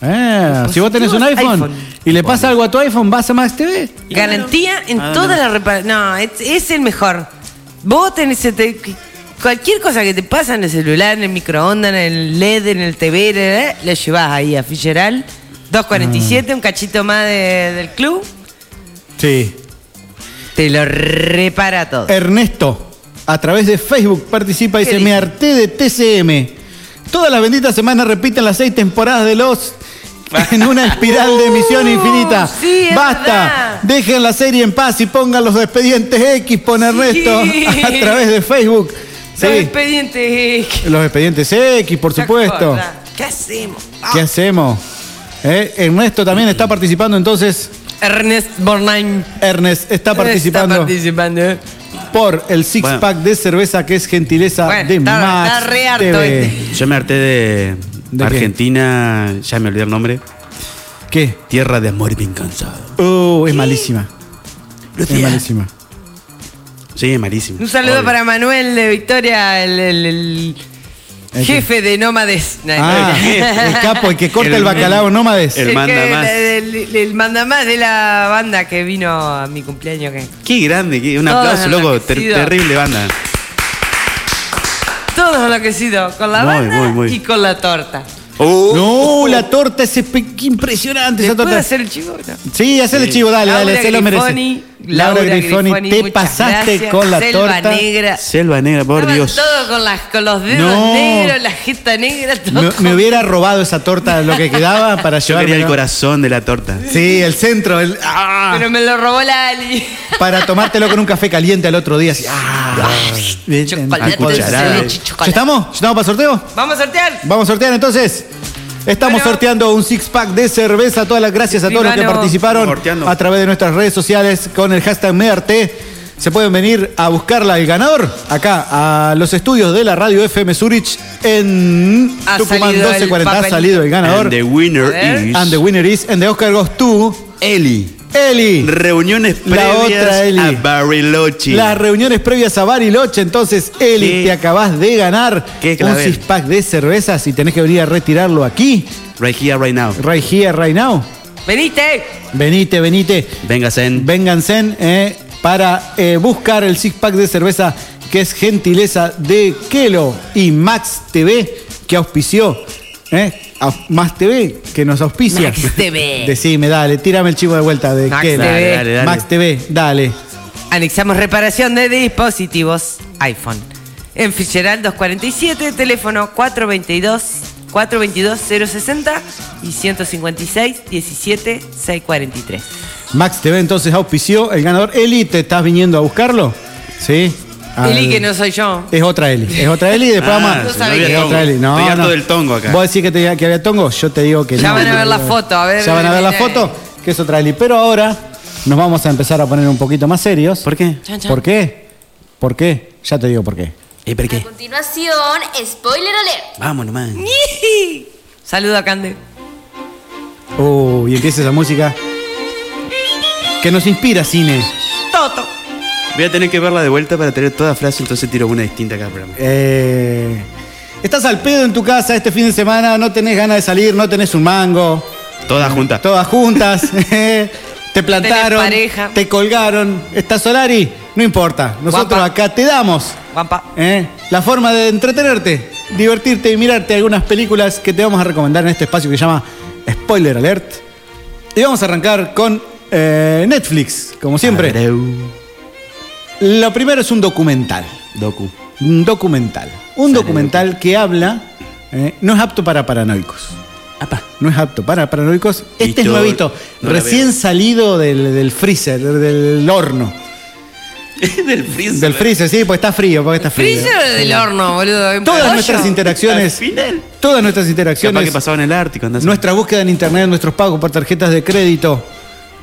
Ah, si vos tenés un iPhone,
Dispositivos
y le pasa algo a tu iPhone, vas a Max TV.
Garantía en
ah,
toda la reparación. No, es, es el mejor. Vos tenés. el te- cualquier cosa que te pasa en el celular, en el microondas, en el LED, en el TV, la, la, la, lo llevás ahí a Fischeral.
Mm.
247, un cachito más de- del club.
Sí.
Te lo repara
Eh,
todo.
Ernesto, a través de Facebook, participa y
¿Qué
dice, me
dice?
harté de TCM. Todas las benditas semanas repiten las seis temporadas de Los en una espiral de emisión infinita.
Uh, sí, es
Basta,
verdad.
dejen la serie en paz y pongan los expedientes X, pone Ernesto, a través de Facebook.
Los
Sí,
expedientes. ¿qué-
los expedientes X, por
qué
supuesto.
cosa? ¿Qué hacemos?
¿Qué hacemos? Eh, Ernesto también está participando entonces.
Ernest Bornheim.
Ernest está participando
Está participando. eh.
por el six
Bueno.
pack de cerveza que es gentileza
Bueno,
de
está-
Max
está re harto
TV.
este.
Yo me harté de,
¿De qué?
Argentina, ya me olvidé el nombre.
¿Qué?
Tierra de amor bien cansado.
Oh, es malísima. Es
Lucía.
malísima.
Sí, es malísimo.
Un saludo
Obvio.
para Manuel de Victoria, el, el- el
El
jefe de Nómades. No,
Ah, el capo, el que corta el,
El-
bacalao nómades.
el-
El,
manda
que-
más.
El, el- el manda más de la banda que vino a mi cumpleaños. que-
Qué grande, qué- un
Todos
aplauso, loco. Ter-
enloquecidos.
terrible banda.
Todos enloquecidos, con la
Muy,
banda
muy, muy.
y con la torta.
Oh.
No, la torta es espe- qué impresionante
¿Les
esa
puedo
torta.
hacer el chivo? No.
Sí, hacele chivo, dale,
Laura
dale, se lo merece.
Grifoni,
Laura Grifoni, te
muchas
pasaste
gracias.
con la
Selva
torta.
negra.
Selva negra, por
Estaban
Dios.
todos con, las, con los dedos
No.
negros, la jeta negra. todo
Me,
con-
me hubiera robado esa torta lo que quedaba para
Yo
llevarme.
quería el corazón de la torta.
Sí, el centro, el- ¡ah!
Pero me lo robó la Ali.
para tomártelo con un café caliente al otro día. así, ¡ah! Bien,
Chocolate,
a cucharadas.
dulce de
leche,
¿Ya
chocolate.
estamos? ¿Ya estamos para sorteo?
Vamos a sortear.
Vamos a sortear entonces. Estamos
Bueno.
sorteando un six pack de cerveza. Todas las gracias a todos los que
Escribano.
participaron
Sorteando.
a través de nuestras redes sociales con el hashtag MEARTE. Se pueden venir a buscarla el ganador acá a los estudios de la radio FM Zurich en
Ha
Tucumán
salido el
1240. Ha
papelito.
salido el
And
ganador.
the winner
A ver.
is.
And the winner is and the Oscar goes to
Eli.
Eli.
Reuniones
La
previas
otra Eli.
a Bariloche.
Las reuniones previas a Bariloche, entonces, Eli,
Sí.
te acabás de ganar
Qué
un
clavel.
six pack de cervezas y tenés que venir a retirarlo aquí,
Right here, right now.
right here, right now.
Venite.
Venite, venite.
Vénganse.
Vénganse eh, para eh, buscar el six pack de cerveza que es gentileza de Kelo y Max TV que auspició. Eh, a- Max TV que nos auspicia.
Max TV.
Decime, dale, tírame el chivo de vuelta de
Max
Kelo.
TV. Dale, dale,
Max TV, dale.
Anexamos reparación de dispositivos iPhone. En Ficheral 247, teléfono 422-422-060 y 156-17-643.
Max TV entonces auspició. El ganador Eli, ¿te estás viniendo a buscarlo? Sí. Al-
Eli, que no soy yo.
Es otra Eli. Es otra Eli y después
Ah,
vamos a-
no sabía.
Es otra Eli. No,
Estoy harto
no.
del tongo acá.
¿Vos decís que, te, que había tongo? Yo te digo que
Ya
no.
van a ver la foto, a ver.
Ya van a ver la
mira,
foto, que es otra Eli. Pero ahora nos vamos a empezar a poner un poquito más serios. ¿Por qué?
Chan, chan.
¿Por qué? ¿Por qué? Ya te digo por qué. ¿Y por qué?
continuación, spoiler alert.
Eh, Vamos nomás.
Saluda a Cande.
Oh, y empieza esa música que nos inspira cine.
Toto.
Voy a tener que verla de vuelta para tener toda frase, entonces tiro una distinta acá. Pero...
Eh, estás al pedo en tu casa este fin de semana, no tenés ganas de salir, no tenés un mango.
Todas juntas.
Todas juntas. te plantaron,
tenés pareja.
te colgaron. ¿Estás Solari? No importa. Nosotros
Guapa.
acá te damos
Guampa.
eh, la forma de entretenerte, divertirte y mirarte algunas películas que te vamos a recomendar en este espacio que se llama Spoiler Alert. Y vamos a arrancar con eh, Netflix, como siempre. Lo primero es un documental.
Docu.
Un documental. Un documental que habla. eh, no es apto para paranoicos. No es apto para paranoicos. Este es
yo
nuevito.
no la
recién
veo.
salido del, del freezer, del horno.
del freezer.
Del freezer, sí, porque está frío, porque está frío.
Freezer o del horno, boludo.
Todas nuestras interacciones. Todas nuestras
Capaz que
interacciones.
pasaba en el Ártico. andás a-
Nuestra búsqueda en internet, nuestros pagos por tarjetas de crédito,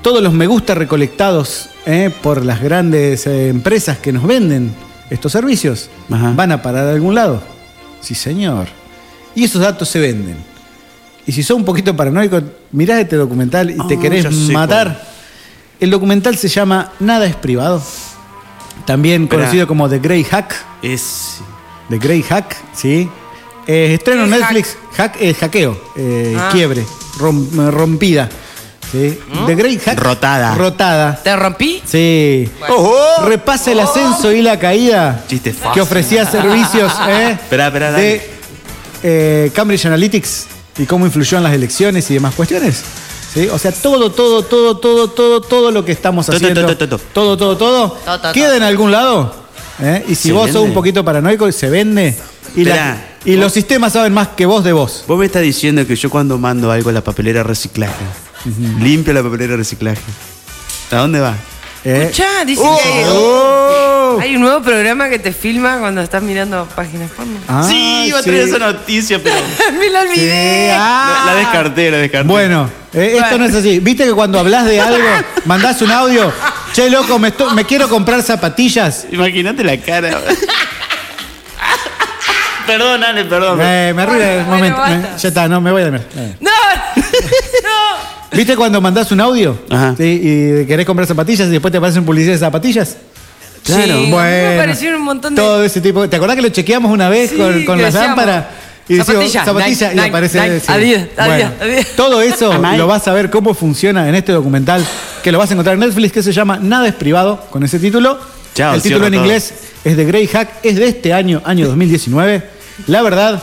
todos los me gusta recolectados eh, por las grandes eh, empresas que nos venden estos servicios, van a parar a algún lado. Sí, señor. Y esos datos se venden. Y si sos un poquito paranoico, mirás este documental y te
Ah,
querés
ya sé
matar. El documental se llama Nada es privado. También
Esperá.
conocido como The Grey Hack.
Es.
The Grey Hack, sí. Eh, estreno en Netflix, hack, eh, hackeo, eh,
Ah.
quiebre, rom- eh, rompida. ¿sí? The Grey Hack.
Rotada.
Rotada.
¿Te rompí?
Sí. Repasa el ascenso y la caída
Chiste fácil.
que ofrecía servicios eh,
Esperá, esperá, dale.
de eh, Cambridge Analytics y cómo influyó en las elecciones y demás cuestiones. ¿sí? O sea, todo, todo, todo, todo, todo, todo lo que estamos
Todo,
haciendo.
todo, todo, todo.
Todo, todo, todo.
Todo, todo,
Queda
todo.
en algún lado. ¿eh? Y si
Se
vos sos
vende.
un poquito paranoico, se vende. Y, la-
Esperá.
y los sistemas saben más que vos de vos.
Vos me estás diciendo que yo cuando mando algo a la papelera de reciclaje, limpio la papelera de reciclaje. ¿A dónde va?
¿eh?
Ya, dice que hay, hay un nuevo programa que te filma cuando estás mirando páginas porno.
Ah,
sí, iba a traer esa noticia, pero
Me la olvidé.
la, la descarté, la descarté.
Ah, Bueno, eh, esto no es así. Viste que cuando hablas de algo, mandás un audio. Che, loco, me, esto- me quiero comprar zapatillas.
Imagínate la cara. perdón, Ale, perdón.
Eh, me arruina el
Bueno,
momento.
bueno,
eh.
basta.
ya está, no, me voy a dormir. Eh.
No, no.
¿Viste cuando mandás un audio?
Ajá.
Sí, y querés comprar zapatillas y después te aparecen publicidad de zapatillas.
Claro. Sí, a mí me aparecieron un montón de-
Todo ese tipo. ¿Te acordás que lo chequeamos una vez
Sí,
con, con
que
las
decíamos,
lámparas? Y decimos,
"Zapatilla,
zapatilla,
Nike,
y
Nike,
aparece.
Nike,
sí.
adiós, adiós, adiós.
Todo eso lo vas a ver cómo funciona en este documental que lo vas a encontrar en Netflix que se llama Nada es privado, con ese título.
Chao,
El título
cierra
en
todo.
inglés es de Grey Hack, es de este año, año 2019. La verdad,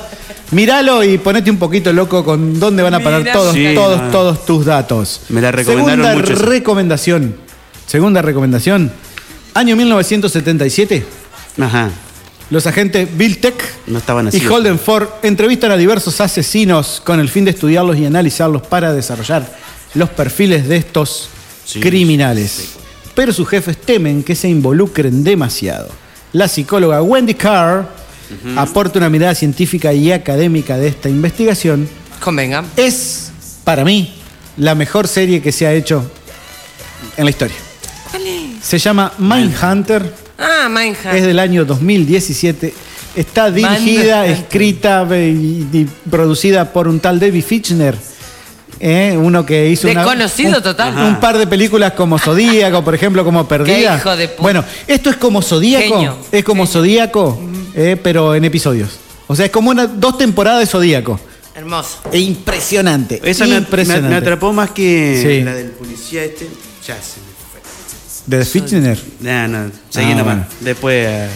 míralo y ponete un poquito loco con dónde van a parar
Mirá,
todos,
Sí,
todos,
no.
todos tus datos.
Me la recomendaron
Segunda
mucho esa.
recomendación. Segunda recomendación. Año 1977,
Ajá.
los agentes Bill Tech
No estaban así.
y Holden Ford entrevistan a diversos asesinos con el fin de estudiarlos y analizarlos para desarrollar los perfiles de estos
Sí,
criminales. Pero sus jefes temen que se involucren demasiado. La psicóloga Wendy Carr aporta una mirada científica y académica de esta investigación.
Convengan.
Es, para mí, la mejor serie que se ha hecho en la historia.
¿Cuál es?
Se llama Mindhunter.
Ah, Mindhunter.
Es del año 2017. Está dirigida,
Manhattan.
escrita ve, y, y producida por un tal David Fitchner. ¿eh? Uno que hizo una-
Desconocido
un,
total.
un par de películas como Zodíaco, por ejemplo, como Perdida.
hijo de puta.
Bueno, esto es como Zodíaco.
Genio.
Es como Zodíaco, eh, pero en episodios. O sea, es como una, dos temporadas de Zodíaco.
Hermoso.
Impresionante.
Esa me-
impresionante.
me- me atrapó más que
Sí.
la del policía este. Ya se me fue.
¿De Fitchner?
No, no, seguí
Ah,
nomás.
bueno.
Después. eh,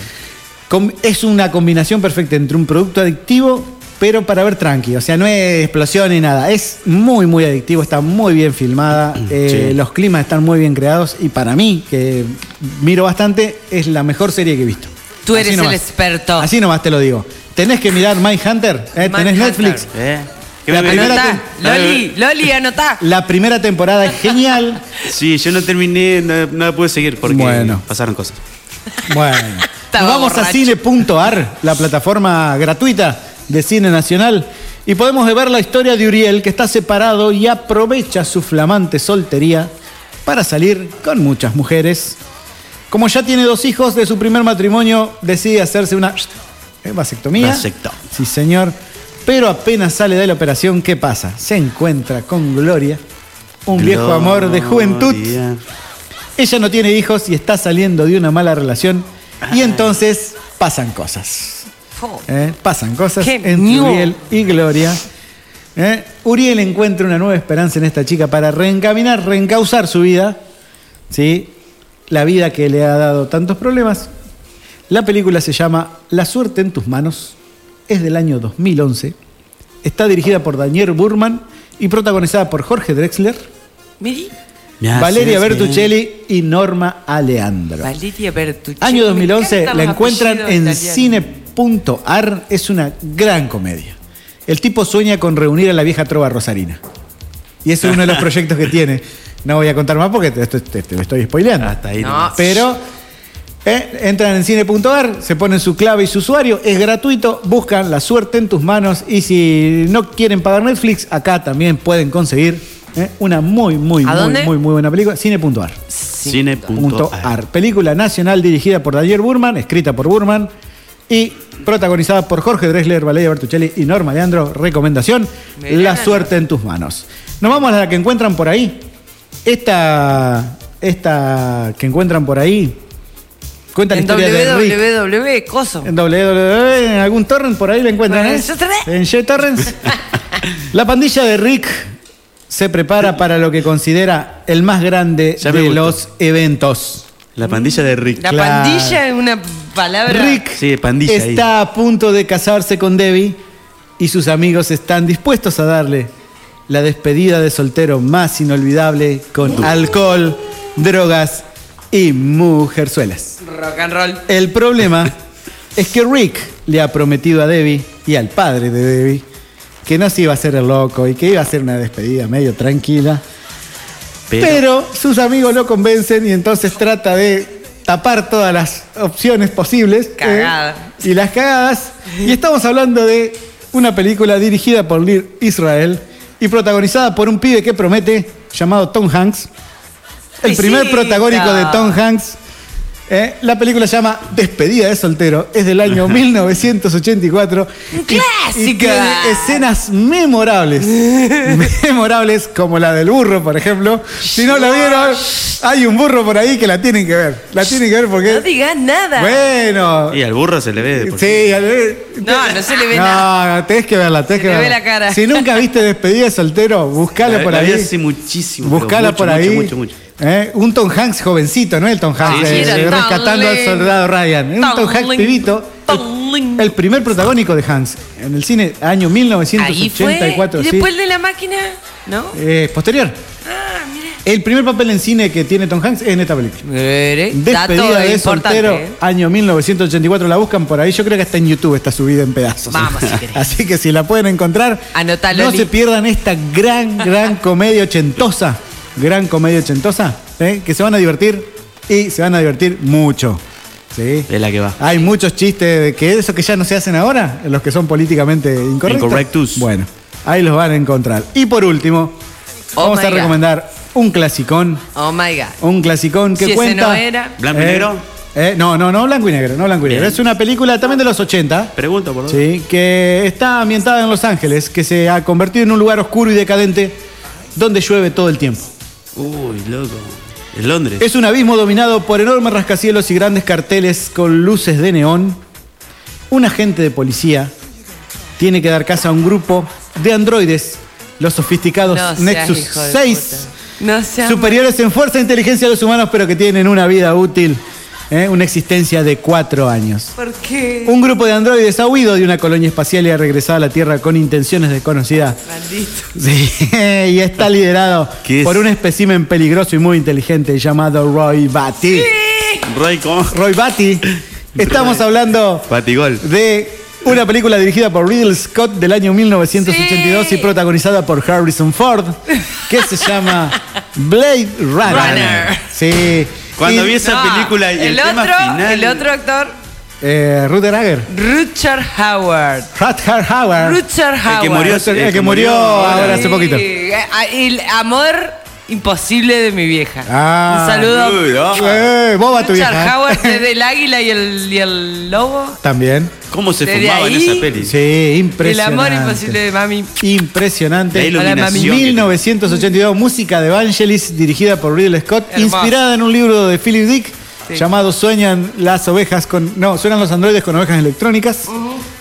Com- Es una combinación perfecta entre un producto adictivo, pero para ver tranqui. O sea, no es explosión ni nada. Es muy, muy adictivo. Está muy bien filmada. eh,
Sí.
Los climas están muy bien creados. Y para mí, que miro bastante, es la mejor serie que he visto.
Tú
Así
eres el
nomás.
experto.
Así nomás te lo digo. Tenés que mirar Mindhunter. ¿eh? Tenés
Mindhunter.
Netflix.
¿eh? ¿qué
La
me-
primera,
Anotá, Loli, Loli, anotá.
tem- la primera temporada es genial.
Sí, yo no terminé, no, no pude seguir porque
Bueno.
pasaron cosas.
Bueno.
Estaba
Nos vamos a
borracho.
cine.ar, la plataforma gratuita de cine nacional, y podemos ver la historia de Uriel que está separado y aprovecha su flamante soltería para salir con muchas mujeres. Como ya tiene dos hijos de su primer matrimonio, decide hacerse una eh, vasectomía.
Vasecto.
Sí, señor. Pero apenas sale de la operación, ¿qué pasa? Se encuentra con Gloria, un viejo amor de juventud.
Gloria.
Ella no tiene hijos y está saliendo de una mala relación. Y entonces pasan cosas.
Fo.
¿eh? Pasan cosas
¡Qué
entre
miedo!
Uriel y Gloria. ¿eh? Uriel encuentra una nueva esperanza en esta chica para reencaminar, reencauzar su vida. ¿sí? La vida que le ha dado tantos problemas. La película se llama La suerte en tus manos. Es del año 2011. Está dirigida por Daniel Burman y protagonizada por Jorge Drexler,
Miri,
Me haces
Valeria
bien.
Bertuccelli y Norma Aleandro.
Valeria Bertucci.
Año
Me
2011,
encantan
la
los
encuentran
apellidos
en
italianos.
cine.ar, es una gran comedia. El tipo sueña con reunir a la vieja trova rosarina. Y ese es uno de los proyectos que tiene. No voy a contar más porque te, te- te- te lo estoy spoileando.
Hasta ahí.
No.
nomás.
Pero eh, entran en cine.ar, se ponen su clave y su usuario, es gratuito, buscan la suerte en tus manos y si no quieren pagar Netflix, acá también pueden conseguir eh, una muy, muy,
¿A
muy,
dónde?
muy, muy buena película, cine.ar. Punto
Cine.ar.
ar. Película nacional dirigida por Daniel Burman, escrita por Burman y protagonizada por Jorge Drexler, Valeria Bertuccelli y Norma Leandro. Recomendación:
Mirá.
La suerte en tus manos. Nos vamos a la que encuentran por ahí. Esta, esta que encuentran por ahí cuenta la
En E.
historia de Rick.
www, coso.
En www, en algún torrent por ahí la encuentran, ¿eh? En J-Torrents. la pandilla de Rick se prepara para lo que considera el más grande
Ya me
de
gustó.
los eventos.
La pandilla de Rick.
La
Claro.
pandilla es una palabra.
Rick
Sí, pandilla ahí.
está a punto de casarse con Debbie y sus amigos están dispuestos a darle la despedida de soltero más inolvidable con alcohol, drogas y mujerzuelas.
Rock and roll.
El problema es que Rick le ha prometido a Debbie y al padre de Debbie que no se iba a hacer el loco y que iba a hacer una despedida medio tranquila. Pero, sus amigos lo convencen y entonces trata de tapar todas las opciones posibles. ¿eh?
Cagadas.
y las cagadas. Y estamos hablando de una película dirigida por Lir Israel y protagonizada por un pibe que promete llamado Tom Hanks. El primer
Pisita.
protagónico de Tom Hanks. ¿eh? La película se llama Despedida de soltero. Es del año 1984. y- Y,
clásico.
tiene escenas memorables. memorables como la del burro, por ejemplo. Si no la vieron, hay un burro por ahí que la tienen que ver. La tienen que ver
No
porque...
digas nada.
Bueno.
Y al burro se le ve. de por sí.
Sí, al ver-
No, no se le ve nada.
no, no, tenés que verla, tenés
Se
que
le ve
verla.
la cara.
Si nunca viste despedida de soltero, buscala
La-
por
la vi
ahí.
hace muchísimo. pero
Buscala
mucho,
por
mucho,
ahí.
Mucho, mucho.
¿Eh? Un Tom Hanks jovencito, no el Tom Hanks,
Sí, sí,
eh,
era
rescatando al
Tom
soldado Ryan. Un Tom
Tom
Hanks
Lin-
pibito.
Tom Lin.
El primer protagónico de Hanks en el cine, año
Ahí fue.
1984.
Y
sí.
después de la máquina, ¿no?
Eh, posterior.
Ah, mira.
El primer papel en cine que tiene Tom Hanks es en esta película.
Mire, Eh, dato
Despedida de
importante.
soltero,
¿eh?
año 1984. La buscan por ahí. Yo creo que hasta en YouTube está subida en pedazos.
Vamos, si querés.
Así que si la pueden encontrar,
Anotá,
no
Loli.
se pierdan esta gran, gran comedia ochentosa. Gran comedia ochentosa. ¿eh? Que se van a divertir y se van a divertir mucho. ¿sí?
Es la que va.
Ah, Hay muchos chistes de que eso que ya no se hacen ahora, los que son políticamente incorrectos.
Incorrectus.
Bueno, ahí los van a encontrar. Y por último,
Oh
vamos
my
a
God.
recomendar un clasicón.
Oh my god.
Un clasicón que
Si ese
cuenta.
no era.
¿Blanco y
Eh,
negro?
eh, no, no, no, blanco y negro, no blanco y negro.
Bien.
Es una película también de los 80.
Pregunto, por favor.
Sí, que está ambientada en Los Ángeles, que se ha convertido en un lugar oscuro y decadente donde llueve todo el tiempo.
Uy, loco. En Londres.
Es un abismo dominado por enormes rascacielos y grandes carteles con luces de neón. Un agente de policía tiene que dar casa a un grupo de androides, los sofisticados
No seas
Nexus
hijo de
6,
No seas
superiores en fuerza e inteligencia a los humanos, pero que tienen una vida útil, ¿eh? una existencia de cuatro años.
¿Por qué?
Un grupo de androides ha huido de una colonia espacial y ha regresado a la Tierra con intenciones desconocidas.
Maldito.
Sí, y está liderado
¿Qué es?
por un espécimen peligroso y muy inteligente llamado Roy Batty.
Roy, ¿cómo?
Roy Batty. Estamos hablando
Batigol.
de una película dirigida por Ridley Scott del año 1982 y protagonizada por Harrison Ford, que se llama Blade Runner.
Runner.
Sí.
Cuando
Y-
vi esa película y el,
el,
tema
otro,
final.
el otro actor,
Eh, Rutger Hauer.
Richard Howard.
Rutger Hauer.
Richard Howard.
El que murió, el que murió ahora hace poquito.
Sí, a- El amor imposible de mi vieja.
Ah.
Un saludo.
Uy, no. Eh, boba tu
Richard
vieja.
Howard desde el águila y el, y el lobo.
También.
¿Cómo se
Desde
fumaba en
ahí,
esa peli?
Sí,
El amor
impresionante.
imposible de mami.
Impresionante.
La iluminación que tiene.
1982, música de Evangelis, dirigida por Ridley Scott,
Hermoso.
inspirada en un libro de Philip Dick
Sí.
llamado Sueñan las ovejas con. No, suenan los androides con ovejas electrónicas.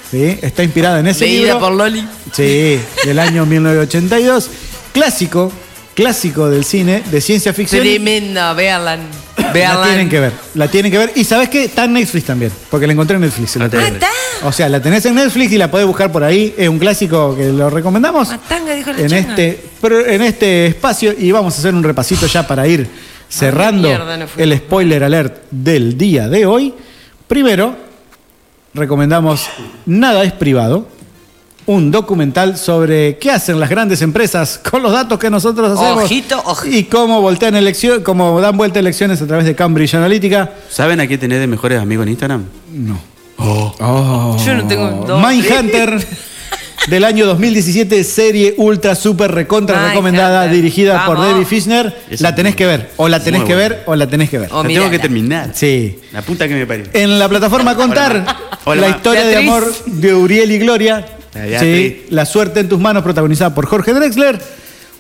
Sí, está inspirada en ese
Leída
libro.
por Loli.
Sí, del año 1982. Clásico, clásico del cine, de ciencia ficción.
Tremenda, véanla.
La
Véanla.
tienen que ver, la tienen que ver. Y sabes qué? está en Netflix también, porque la encontré en Netflix.
Ah, está.
O sea, la tenés en Netflix y la podés buscar por ahí. Es un clásico que lo recomendamos
Matanga, dijo la
en
changa.
este, pro- en este espacio y vamos a hacer un repasito ya para ir cerrando
Ay, mierda, no fui.
el spoiler alert del día de hoy. Primero, recomendamos Nada es privado, un documental sobre qué hacen las grandes empresas con los datos que nosotros hacemos
Ojito, ojo.
y cómo voltean elección, cómo dan vuelta elecciones a través de Cambridge Analytica.
¿Saben a qué tenés de mejores amigos en Instagram?
No.
Yo no tengo dos.
Oh. Mindhunter del año 2017, serie ultra super recontra recomendada,
Mindhunter.
dirigida por
Vamos.
David Fishner.
Es
la
un-
tenés que ver, o la tenés
muy
que
bueno.
ver, o la tenés que ver.
Oh,
la tengo
mírala.
que terminar.
Sí.
La puta que me parió.
En la plataforma Contar,
Hola, ma. Hola,
la
ma.
historia de
Beatriz.
amor de Uriel y Gloria.
La Beatriz.
Sí, la suerte en tus manos, protagonizada por Jorge Drexler.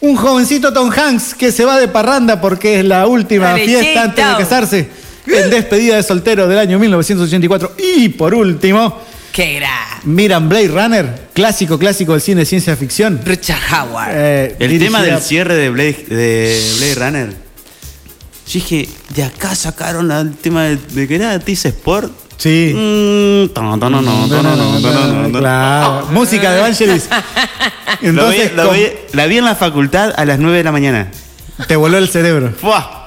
Un jovencito Tom Hanks que se va de parranda porque es la última
Dale,
fiesta antes de
chito.
casarse. En despedida de soltero del año 1984. Y por último,
Qué gran.
miran Blade Runner, clásico, clásico del cine de ciencia ficción.
Richard Howard.
Eh,
El
dirigida-
tema del cierre de Blade, de Blade Runner. Yo dije, de acá sacaron la- el tema de, de que era Tiz Sport.
Sí.
Mm, tan, tan, no, no, tan, no, no, tan, no, no, no.
Claro. Música de Evangelis.
Lo vi-
Entonces
lo vi- La vi en la facultad a las 9 de la mañana.
con- te voló el cerebro.
¡Fua!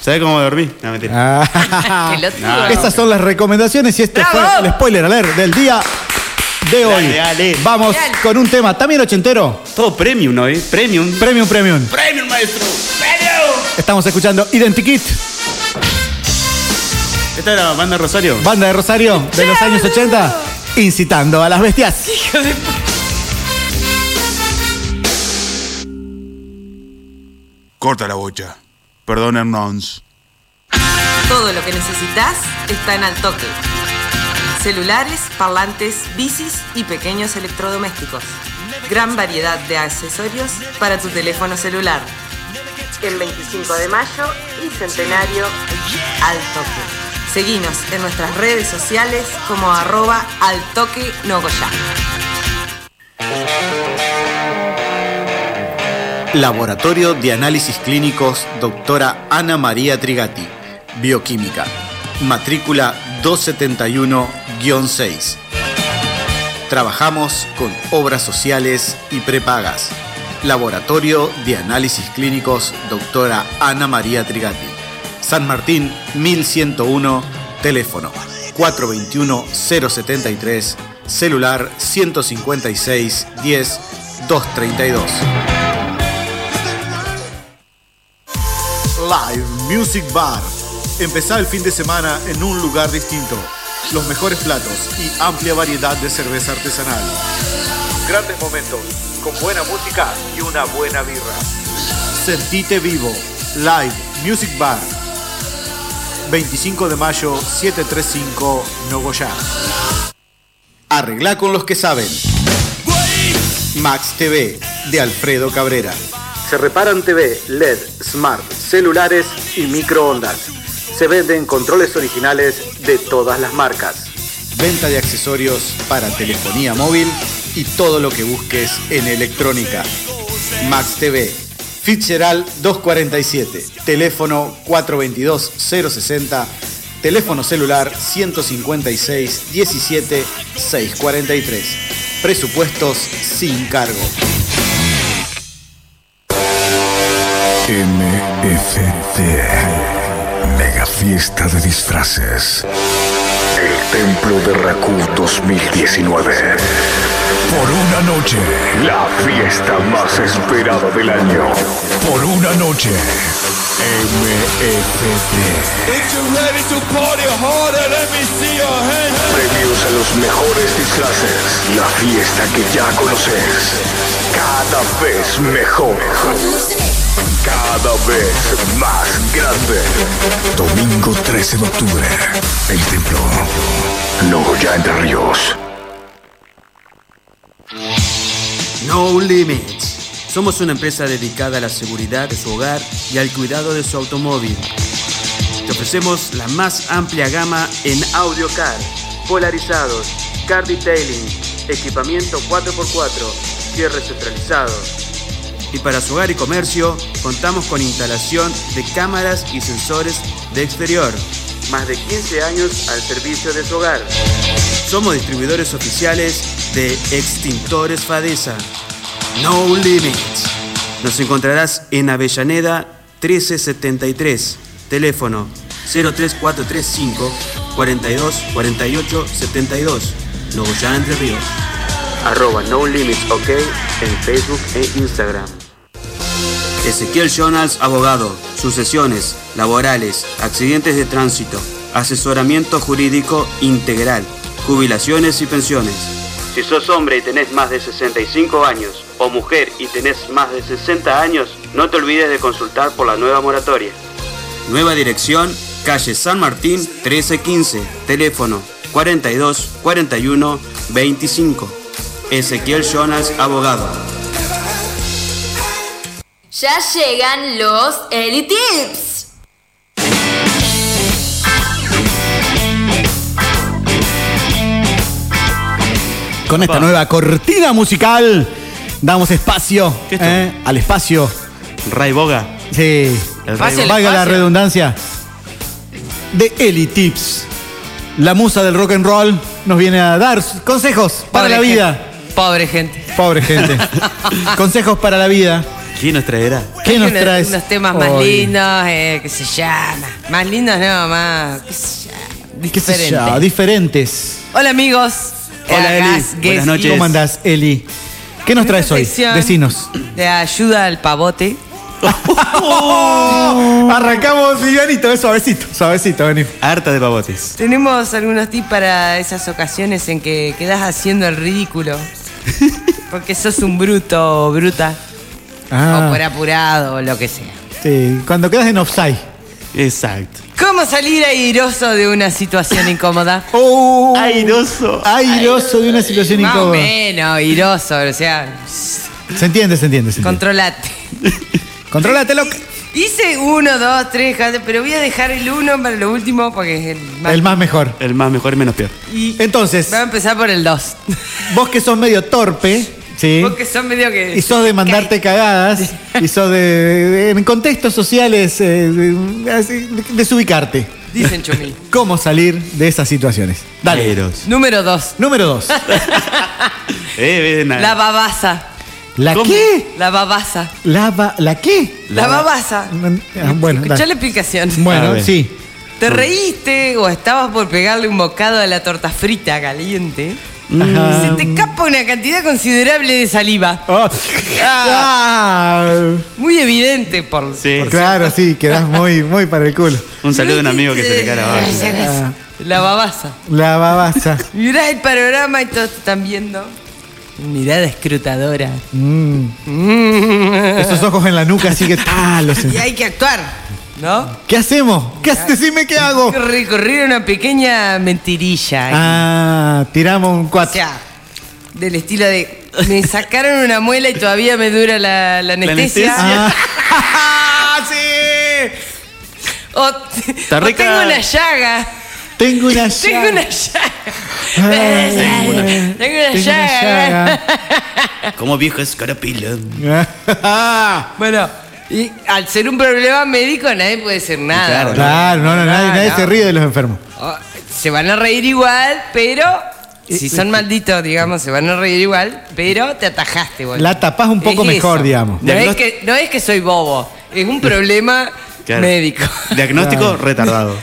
¿Sabés cómo dormí? No, mentira.
Ah.
Pelotudo.
No, no.
Esas son las recomendaciones y este
¡Bravo!
fue el spoiler alert del día de hoy.
Dale, dale.
Vamos
Dale.
con un tema también ochentero.
Todo premium, ¿no? eh? Premium.
Premium, premium.
Premium, maestro. Premium.
Estamos escuchando Identikit,
Esta era la banda Rosario.
banda de Rosario de los años 80, incitando a las bestias.
Corta la bocha. Perdón, Hernons.
Todo lo que necesitas está en Altoque. Celulares, parlantes, bicis y pequeños electrodomésticos. Gran variedad de accesorios para tu teléfono celular. El 25 de mayo y centenario Altoque. Seguinos en nuestras redes sociales como arroba Altoque Nogoyá.
Laboratorio de Análisis Clínicos, doctora Ana María Trigati, Bioquímica, matrícula 271-6. Trabajamos con obras sociales y prepagas. Laboratorio de Análisis Clínicos, doctora Ana María Trigati, San Martín 1101, teléfono 421-073, celular 156-10-232.
Live Music Bar. Empezá el fin de semana en un lugar distinto. Los mejores platos y amplia variedad de cerveza artesanal. Grandes momentos, con buena música y una buena birra. Sentite vivo. Live Music Bar. 25 de mayo, 735, Nogoyá.
Arregla con los que saben. Max TV de Alfredo Cabrera. Se reparan TV, LED, E smart, celulares y microondas. Se venden controles originales de todas las marcas. Venta de accesorios para telefonía móvil y todo lo que busques en electrónica. Max TV, Fitzgerald 247, teléfono 422-060, teléfono celular 156-17-643. Presupuestos sin cargo.
MFD. Mega fiesta de disfraces. El templo de Raku 2019. Por una noche. La fiesta más esperada del año. Por una noche. MFD.
If you're ready to party harder, let me see your hands.
Premios a los mejores disfraces. La fiesta que ya conoces. Cada vez mejor. Cada vez más grande. Domingo 13 de octubre. El templo. Nogoyá Entre Ríos.
No Limits. Somos una empresa dedicada a la seguridad de su hogar y al cuidado de su automóvil. Te ofrecemos la más amplia gama en audio car, polarizados, car detailing, equipamiento 4x4, cierres centralizados. Y para su hogar y comercio, contamos con instalación de cámaras y sensores de exterior. Más de 15 años al servicio de su hogar. Somos distribuidores oficiales de Extintores Fadesa. No Limits. Nos encontrarás en Avellaneda 1373. Teléfono 03435 42 48 72. Nogoyá Entre Ríos. Arroba No Limits OK en Facebook e Instagram. Ezequiel Jonas, abogado. Sucesiones, laborales, accidentes de tránsito, asesoramiento jurídico integral, jubilaciones y pensiones. Si sos hombre y tenés más de 65 años, o mujer y tenés más de 60 años, no te olvides de consultar por la nueva moratoria. Nueva dirección, calle San Martín 1315, teléfono 42 41 25. Ezequiel Jonas, abogado.
Ya llegan los Eli Tips.
Con esta nueva cortina musical damos espacio eh, al espacio.
Ray Boga.
Sí.
El Ray Boga.
Valga la redundancia. De Eli Tips. La musa del rock and roll nos viene a dar consejos para
Pobre
la
gente.
vida.
Pobre gente.
Pobre gente. consejos para la vida.
¿Quién nos traerá?
¿Qué nos
Unos-
traes?
Unos temas más
hoy?
lindos, eh, qué se llama. Más lindos no, más. qué se llama.
¿Qué sé
Diferente.
yo? Diferentes.
Hola amigos.
Hola, Eli.
Buenas
¿Cómo andás, Eli? ¿Qué nos traes hoy?
sección-
Decinos.
De ayuda al pavote.
Arrancamos, livianito, eh, suavecito, suavecito, vení.
Harta de pavotes.
Tenemos algunos tips para esas ocasiones en que quedás haciendo el ridículo. Porque sos un bruto o bruta.
Ah.
O por apurado o lo que sea.
Sí, cuando quedas en offside.
Exacto.
¿Cómo salir airoso de una situación incómoda?
airoso.
Oh. Airoso de una situación
Más o
incómoda.
menos, airoso, o sea,
Se entiende, se entiende, se entiende.
controlate.
Controlate, loco.
Hice uno, dos, tres, cuatro, pero voy a dejar el uno para lo último porque es el más.
El más mejor.
El más mejor y menos peor.
Y
Entonces,
voy a empezar por el dos.
vos que sos medio torpe, ¿sí?
Porque son medio que.
Y sos de mandarte cagadas, y sos de, de- en contextos sociales, eh, de- así, de- desubicarte.
Dicen Chumil.
¿Cómo salir de esas situaciones? Dale.
Número dos.
Número dos.
Eh, ven,
La babasa.
¿La qué?
La babasa.
¿La, ba- ¿la qué?
La, babasa.
Ah, Bueno,
Escuchá la
dale.
explicación.
Bueno, sí.
¿Te reíste o estabas por pegarle un bocado a la torta frita caliente?
Ajá. Oh.
Se Mm. te escapa una cantidad considerable de saliva.
Ah,
Muy evidente por.
Sí.
claro, sí, quedás muy, muy para el culo.
Un saludo de un amigo que se le cara abajo.
Ah,
La babasa.
la babasa.
Mirás el panorama y todos te están viendo. Mirada escrutadora.
Mm. Esos ojos en la nuca, así que ah, lo
Y
sé.
hay que actuar, ¿no?
¿Qué hacemos? ¿Qué, hac- decime qué hago.
Recorrer una pequeña mentirilla.
Ah, tiramos un
O
4.
sea, del estilo de. Me sacaron una muela y todavía me dura la, la anestesia. Ah.
anestesia. ¡Sí!
O, o
rica.
tengo una llaga.
Tengo una Ah,
Tengo una llaga. Tengo una, llaga.
Como viejo es carapila.
bueno, y al ser un problema médico nadie puede decir nada.
Claro,
boludo.
no, no, nadie,
Ah,
nadie
no.
se ríe de los enfermos.
Ah, Se van a reír igual, pero... Si son malditos, digamos, se van a reír igual, pero te atajaste, boludo.
La tapás un poco
Es
mejor,
eso.
digamos.
No es, que, no es que soy bobo, es un problema
Claro.
médico.
Diagnóstico retardado.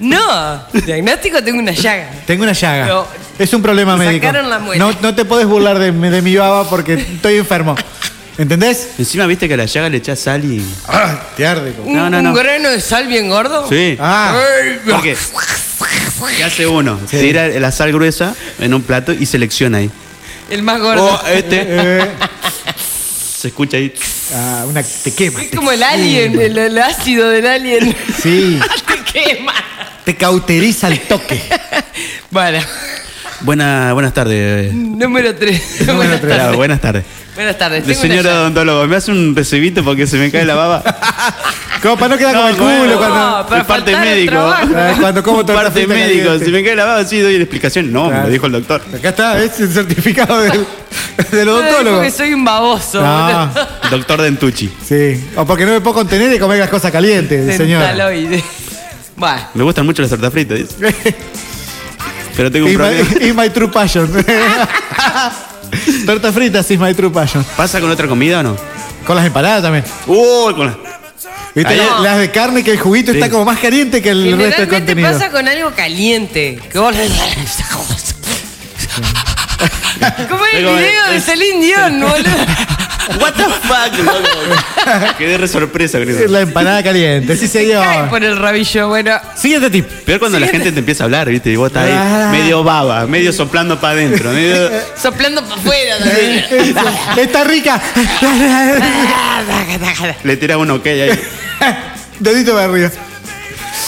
No, diagnóstico tengo una llaga.
Tengo una llaga.
Pero-
es un problema
Me
médico.
sacaron la muela.
no, no te podés burlar de, mi- de mi baba porque estoy enfermo. ¿Entendés?
Encima viste que a la llaga le echás sal y.
Te arde. Ah.
¿Un, un grano de sal bien gordo?
Sí.
Ay,
Porque ¿Qué hace uno? Tira la sal gruesa en un plato y selecciona ahí.
El más gordo.
Oh, este.
Eh,
Se escucha ahí.
ah, una, te quema.
Es como el alien, el, el ácido del alien.
Sí,
Te quema.
te cauteriza el toque.
Bueno,
Buena, buenas tardes.
número 3.
Buenas tardes. Buenas tardes.
Buenas tardes.
El
Tengo una
señor
llaga.
odontólogo, ¿me hace un recibito porque se me cae la baba?
Como para no quedar como el culo
bueno,
Oh,
cuando.
el parte médico.
Ah, Cuando como torta
parte
frita
médico.
caliente.
Si me cae la baba, sí, doy la explicación. No, me
Claro.
lo dijo el doctor.
Acá está, es el certificado del, del
No, dijo
odontólogo.
que soy un baboso.
Ah.
boludo.
Doctor Dentucci.
Sí. O porque no me puedo contener y comer las cosas calientes, señor.
Dentaloide. Bueno,
Me gustan mucho las tortas fritas. dice. Pero tengo un
Y
problema.
my, is my true passion. Torta fritas is my true passion.
¿Pasa con otra comida o no?
Con las empanadas también.
Uh, con la-
¿Viste?
Ahí-
la- Las de carne que el juguito
Sí.
está como más caliente que el resto del
generalmente
contenido.
pasa con algo caliente. Que vos- ¿Cómo es el
Digo,
video de
es-
Celine Dion, boludo?
What the fuck, loco? Quedé re sorpresa con eso.
La empanada caliente. Sí,
Cae
señor.
por el rabillo, bueno.
Siguiente tip.
Peor cuando la gente te empieza a hablar, ¿viste? Y vos estás
Ah.
ahí medio baba, medio soplando para adentro. Medio...
Soplando para afuera también. Ah,
Está rica.
Le tiras un ok ahí.
Dedito para arriba.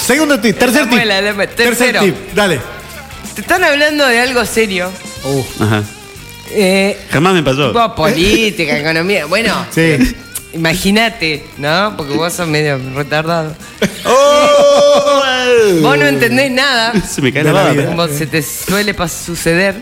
Segundo tip. Tercer
La
tip.
muela, la muela.
Tercer
Tercero.
tip. Dale.
Te están hablando de algo serio.
Ajá.
Eh,
Jamás me pasó.
tipo política, economía. Bueno,
Sí.
imagínate, ¿no? Porque vos sos medio retardado.
¡Oh!
Vos no entendés nada.
Se me cae
De
la
la
baba.
vida.
Como se te suele pas- suceder.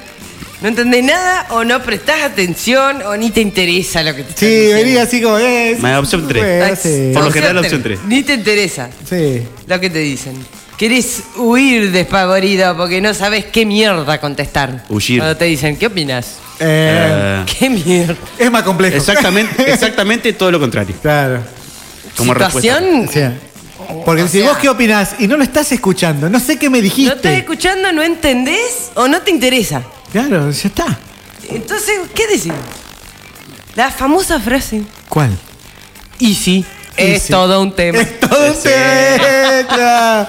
No entendés nada o no prestás atención o ni te interesa lo que te están
Sí,
diciendo.
venía así como. Eh,
Ma, opción tres.
eh, sí.
Por lo general,
Opción
opción
tres.
3.
Ni te interesa
Sí.
lo que te dicen. Querés huir despavorido porque no sabes qué mierda contestar.
Huir. Ah.
Cuando te dicen, ¿qué opinas?
Eh,
¿Qué mierda?
es más complejo.
exactamente, exactamente todo lo contrario.
Claro.
Como respuesta.
¿Situación?
Sí. Porque si
sea-
vos qué opinás y no lo estás escuchando, no sé qué me dijiste.
¿No estás escuchando, no entendés o no te interesa?
Claro, ya está.
Entonces, ¿qué decís? La famosa frase.
¿Cuál?
Y sí, es
sí.
todo un tema.
Es todo un tetra.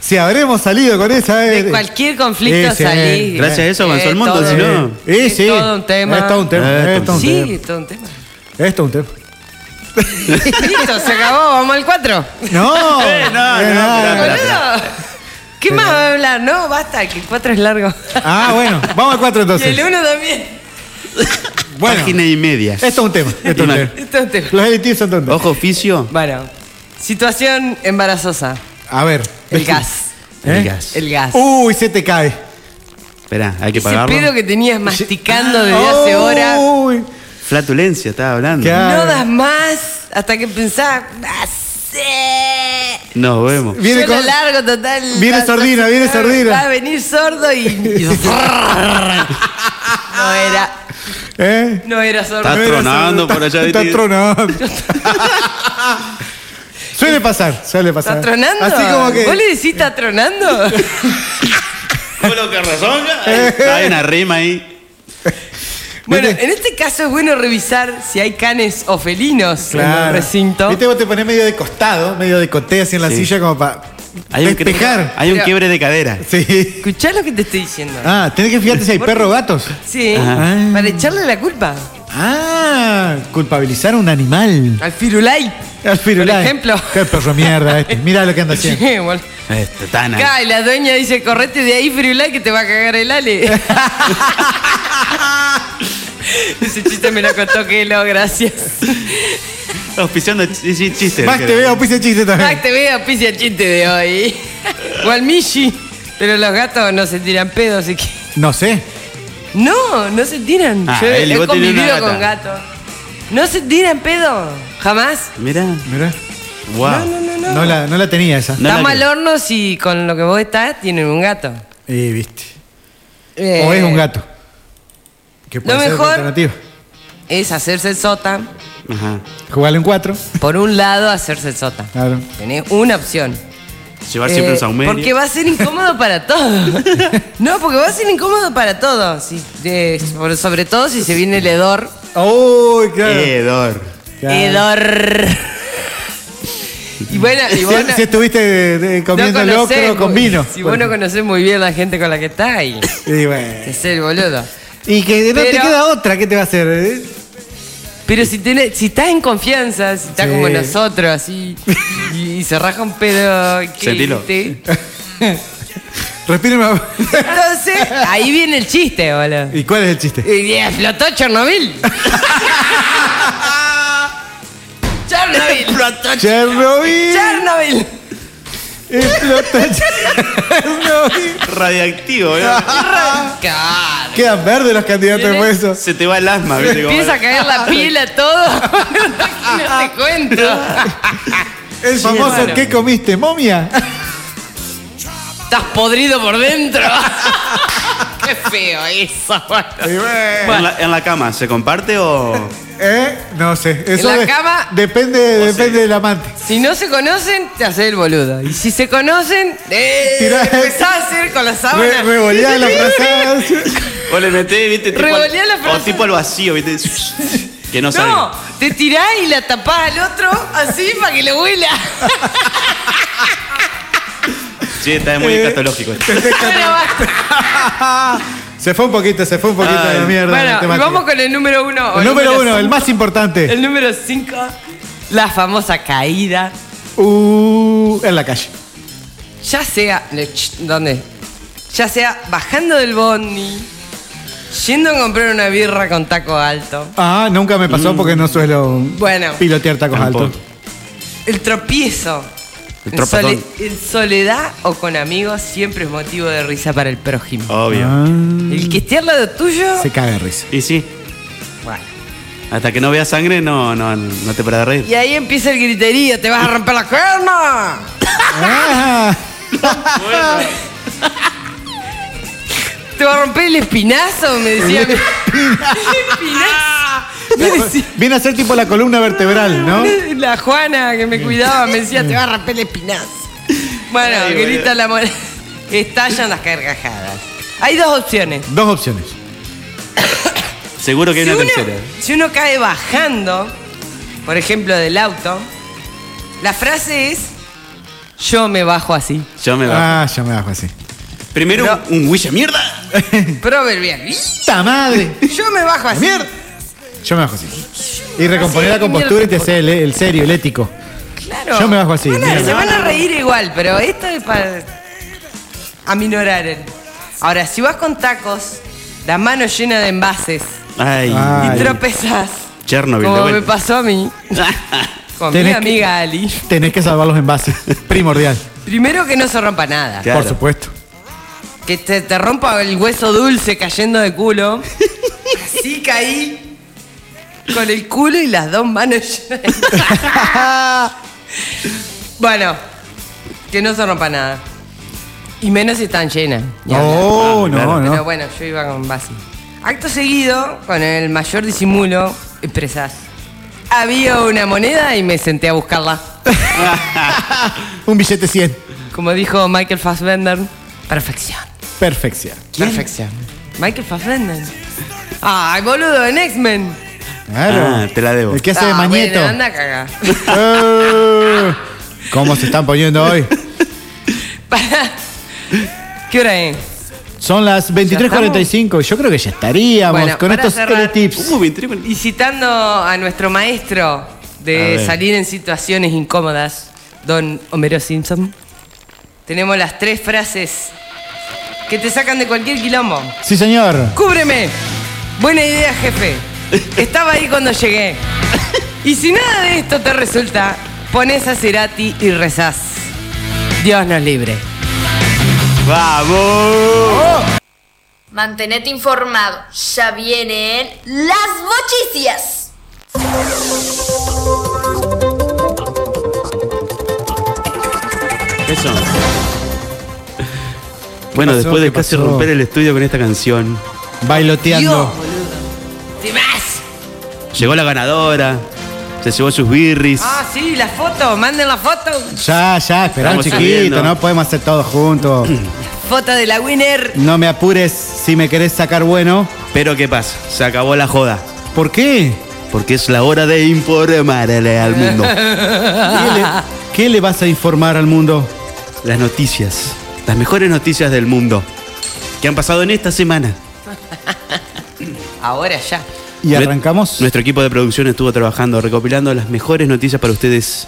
Si habremos salido con esa. eh,
De cualquier conflicto
Ese,
salí.
Gracias a eso avanzó
Eh,
el mundo,
todo.
Ah, si no.
Eh,
Es
sí.
todo un tema.
Es todo un tema.
Eh,
es todo un
Sí,
tema.
es todo un tema.
Es todo un tema.
Listo, se acabó, vamos al 4.
No.
Eh, no,
Eh,
no,
nada.
esperá, esperá.
¿Qué más va a hablar? No, basta, que el 4 es largo.
Ah, bueno. Vamos al cuatro
Y el
entonces.
1 también.
Bueno, Eh.
Página y media.
es todo un tema. Es todo un
Imagínate.
tema.
Es todo un tema.
Los elitives son todo un tema.
Ojo oficio.
Bueno, situación embarazosa.
A ver.
El
decí.
gas.
¿Eh?
El gas.
El gas.
Uy, se te cae.
Esperá, hay que
Ese
pagarlo.
pedo que tenías masticando desde
Oh,
hace horas.
Uy.
Flatulencia, estaba hablando.
¿Qué?
No das más hasta que pensás. "Ah, sí".
Nos vemos.
Viene
Yo lo
con-
largo total.
Viene
vas a
sordina,
sacar-
viene sordina.
Va a venir sordo y. y- no era.
¿Eh?
No era sordo.
Está tronando por allá,
Está,
¿viste?
tronando. suele pasar, suele pasar.
¿Está tronando?
Así como
¿Vos le
que.
decís está tronando?
¿Cómo lo que rezonga? Eh. Hay una rima ahí.
bueno,
¿Viste?
en este caso es bueno revisar si hay canes o felinos en el
Claro.
recinto.
Viste, vos te pones medio de costado, medio de coté así en la
Sí.
silla como para
Hay un, quiebre,
despejar.
hay un
Pero-
quiebre de cadera.
Sí.
Escuchá lo que te estoy diciendo.
Ah, tenés que fijarte si hay perro o gatos.
Sí,
Ajá.
para echarle la culpa.
Ah, culpabilizar a un animal.
Al firulai.
Al firulai.
Por ejemplo.
Qué perro mierda este. Mirá lo que anda haciendo.
Sí, bol-
Este,
Ah.
Tana.
Acá, y la dueña dice, correte de ahí, Firulai, que te va a cagar el ale. Ese chiste me lo contó Kelo, gracias.
Auspiciando ch- ch- chistes.
Más te veo, puse chiste
Mac,
también.
te veo, pise el chiste de hoy. Gualmishi. Pero los gatos no se tiran pedos, así que.
No sé.
No, no se tiran.
Ah,
Yo he-
Eli,
he
vos tenés una
convivido
gata.
con gatos. No se tiran pedo, jamás.
Mirá.
Mirá.
Wow.
No, no, no, no.
No la, no la tenía esa.
Estás mal horno si con lo que vos estás tienen un gato.
Y viste.
Eh,
O es un gato. Que puede
lo
ser
mejor-
una alternativa.
Es hacerse el sota.
Ajá.
Jugarle en cuatro.
Por un lado, hacerse el sota.
Claro.
Tenés una opción.
Llevar siempre
Eh,
un saumerio.
Porque va a ser incómodo para todo. No, porque va a ser incómodo para todo. Si, eh, por- sobre todo si se viene el hedor.
¡Uy,
Eh.
Hedor.
Hedor. Y bueno, y
Si,
vos no-
si estuviste de- de- comiendo
no conocés
locro con
muy-
vino.
Si vos no conocés muy bien la gente con la que estás ahí.
Y bueno.
Es el boludo.
Y que no te
Pero-
queda otra, ¿qué te va a hacer? eh?
Pero si tenés, si estás en confianza, si estás
Sí.
como nosotros, así, y, y se raja un pedo. que
Sentilo.
te-
Respírame.
Entonces, ahí viene el chiste, boludo.
¿Y cuál es el chiste?
Y eh, explotó Chernobyl. Chernobyl. Explotó
Chernobyl.
Chernobyl.
Explotó Chernobyl.
Radiactivo, ¿eh?
Claro.
Quedan verdes los candidatos de eso.
Se te va el asma, ¿viste? Como-
Empieza a caer la piel a todo. no te cuento.
El famoso
hermano.
¿qué comiste? ¿Momia?
Estás podrido por dentro. Qué feo eso, boludo.
¿En, la, en la cama se comparte o.?
¿Eh? No sé. Eso
la
de-
cama- Oh,
Depende, depende del amante.
Si no se conocen, te haces el boludo. Y si se conocen, eh,
Tirá-
empezás a hacer con la sábana.
Re- revoleá la frazada.
O le metés, viste, tipo. al-
Revoleá la
o
frase.
tipo al vacío, viste. Que no sale.
No, te tirás y la tapás al otro así para que lo huela.
Sí, está muy escatológico.
Bueno, basta.
Se fue un poquito, se fue un poquito
Ay.
de la mierda. la
Ah. Bueno, y
temática.
vamos con el número uno. o
el número uno,
cinco.
el más importante.
El número cinco, la famosa caída.
Uh, en la calle.
Ya sea. le- ch- ¿Dónde? Ya sea bajando del bondi, yendo a comprar una birra con taco alto,
Ah, nunca me pasó porque no suelo
Mm. Bueno.
pilotear tacos
Tampoco.
altos.
el tropiezo.
El
en
tropezón.
sole- en soledad o con amigos siempre es motivo de risa para el prójimo.
Obvio.
El que esté al lado tuyo.
Oh. Se caga de risa.
Y sí,
Bueno.
hasta que no veas sangre, no, no, no te paras de reír.
Y ahí empieza el griterío, te vas a romper la cuerna.
Ah.
Te va a romper el espinazo, me decía. El espinazo. Me decía-
Viene a ser tipo la columna vertebral, ¿no?
La Juana que me cuidaba me decía, te va a romper el espinazo. Bueno,
Ay, boludo.
grita la moneda. Estallan las carcajadas. Hay dos opciones.
Dos opciones.
Seguro que hay
Si
una
uno,
tercera.
si uno cae bajando, por ejemplo, del auto, la frase es, yo me bajo así.
Yo me bajo.
Ah, ya me bajo así.
Primero un huilla mierda.
Proverbia.
¡Ta madre!
Yo me bajo así.
Mierda. Yo me bajo así. Y recomponer
Así,
la compostura y te hace el, el serio, el ético.
Claro.
Yo me bajo así.
Van a-
mierda.
se van a reír igual, pero esto es para aminorar el. Ahora, si vas con tacos, la mano llena de envases
Ay.
y tropezás,
Chernobyl. de
como me
vuelta.
pasó a mí, con mi
Tenés que-
amiga Ali,
Tenés que salvar los envases. Primordial.
primero que no se rompa nada.
Por supuesto.
Que te, te rompa el hueso dulce cayendo de culo. Así caí. Con el culo y las dos manos llenas. de- bueno, que no se rompa nada. Y menos si están llenas. ni hablar.
Ah,
Oh, no,
Pero
no.
bueno, yo iba con base. Acto seguido, con el mayor disimulo, expresás. Había una moneda y me senté a buscarla.
Un billete 100.
Como dijo Michael Fassbender, perfección.
Perfección.
Perfección. Michael Fassbender. Ay, boludo, en X-Men.
Claro.
Ah, te la debo.
El que hace de
Ah,
mañeto.
bueno, anda a cagar.
Eh, ¿Cómo se están poniendo hoy?
¿Qué hora es?
Son las 23.45. Yo creo que ya estaríamos
Bueno,
con
para
estos
cerrar- Uh.
tele tips.
Uh,
Y citando a nuestro maestro
A
de
ver.
salir en situaciones incómodas, don Homero Simpson, tenemos las tres frases que te sacan de cualquier quilombo.
Sí, señor.
¡Cúbreme! Buena idea, jefe. Estaba ahí cuando llegué. Y si nada de esto te resulta, pones a Cerati y rezás. Dios nos libre.
¡Vamos!
Mantenete informado, ya vienen las bochicias.
Eso. Bueno,
pasó?
después de
¿Qué
casi
pasó?
romper el estudio con esta canción,
Bailoteando.
más!
llegó la ganadora, se llevó sus birris.
Ah, sí, la foto, manden la foto.
Ya, ya, esperá un
Estamos
chiquito,
subiendo.
no podemos hacer todo juntos.
Foto de la winner.
No me apures si me querés sacar bueno.
Pero ¿qué pasa? Se acabó la joda.
¿Por qué?
Porque es la hora de informarle al mundo.
¿Qué le, qué le vas a informar al mundo?
Las noticias, las mejores noticias del mundo que han pasado en esta semana.
Ahora ya.
¿Y arrancamos?
Nuestro equipo de producción estuvo trabajando, recopilando las mejores noticias para ustedes,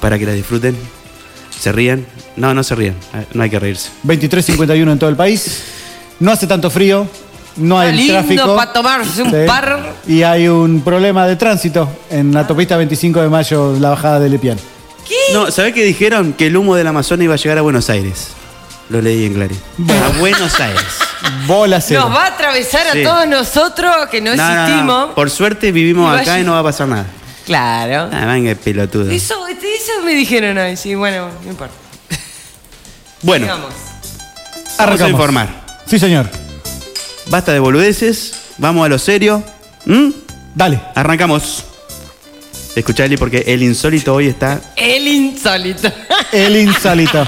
para que las disfruten. ¿Se rían? No, no se rían. Eh, No hay que reírse.
23.51 en todo el país. No hace tanto frío. No
Ah,
hay
Está lindo
tráfico.
pa' tomarse un par.
Y hay un problema de tránsito en la autopista 25 de mayo, la bajada de Lepian.
No, ¿sabés qué dijeron? Que el humo del Amazonas iba a llegar a Buenos Aires. Lo leí en Clarín. A Buenos Aires.
Bola cero.
Nos va a atravesar
Sí.
a todos nosotros que no,
No, no, no.
existimos.
Por suerte vivimos
Iba
acá
a-
y no va a pasar nada.
Claro.
Ah, venga, pelotudo.
Eso, este, eso me dijeron hoy. Sí, bueno, no importa.
Bueno,
Digamos.
vamos a
Arrancamos.
informar.
Sí, señor.
Basta de boludeces. Vamos a lo serio. ¿Mm?
Dale.
Arrancamos. Escuchá, Eli, porque el insólito hoy está.
El insólito.
El insólito.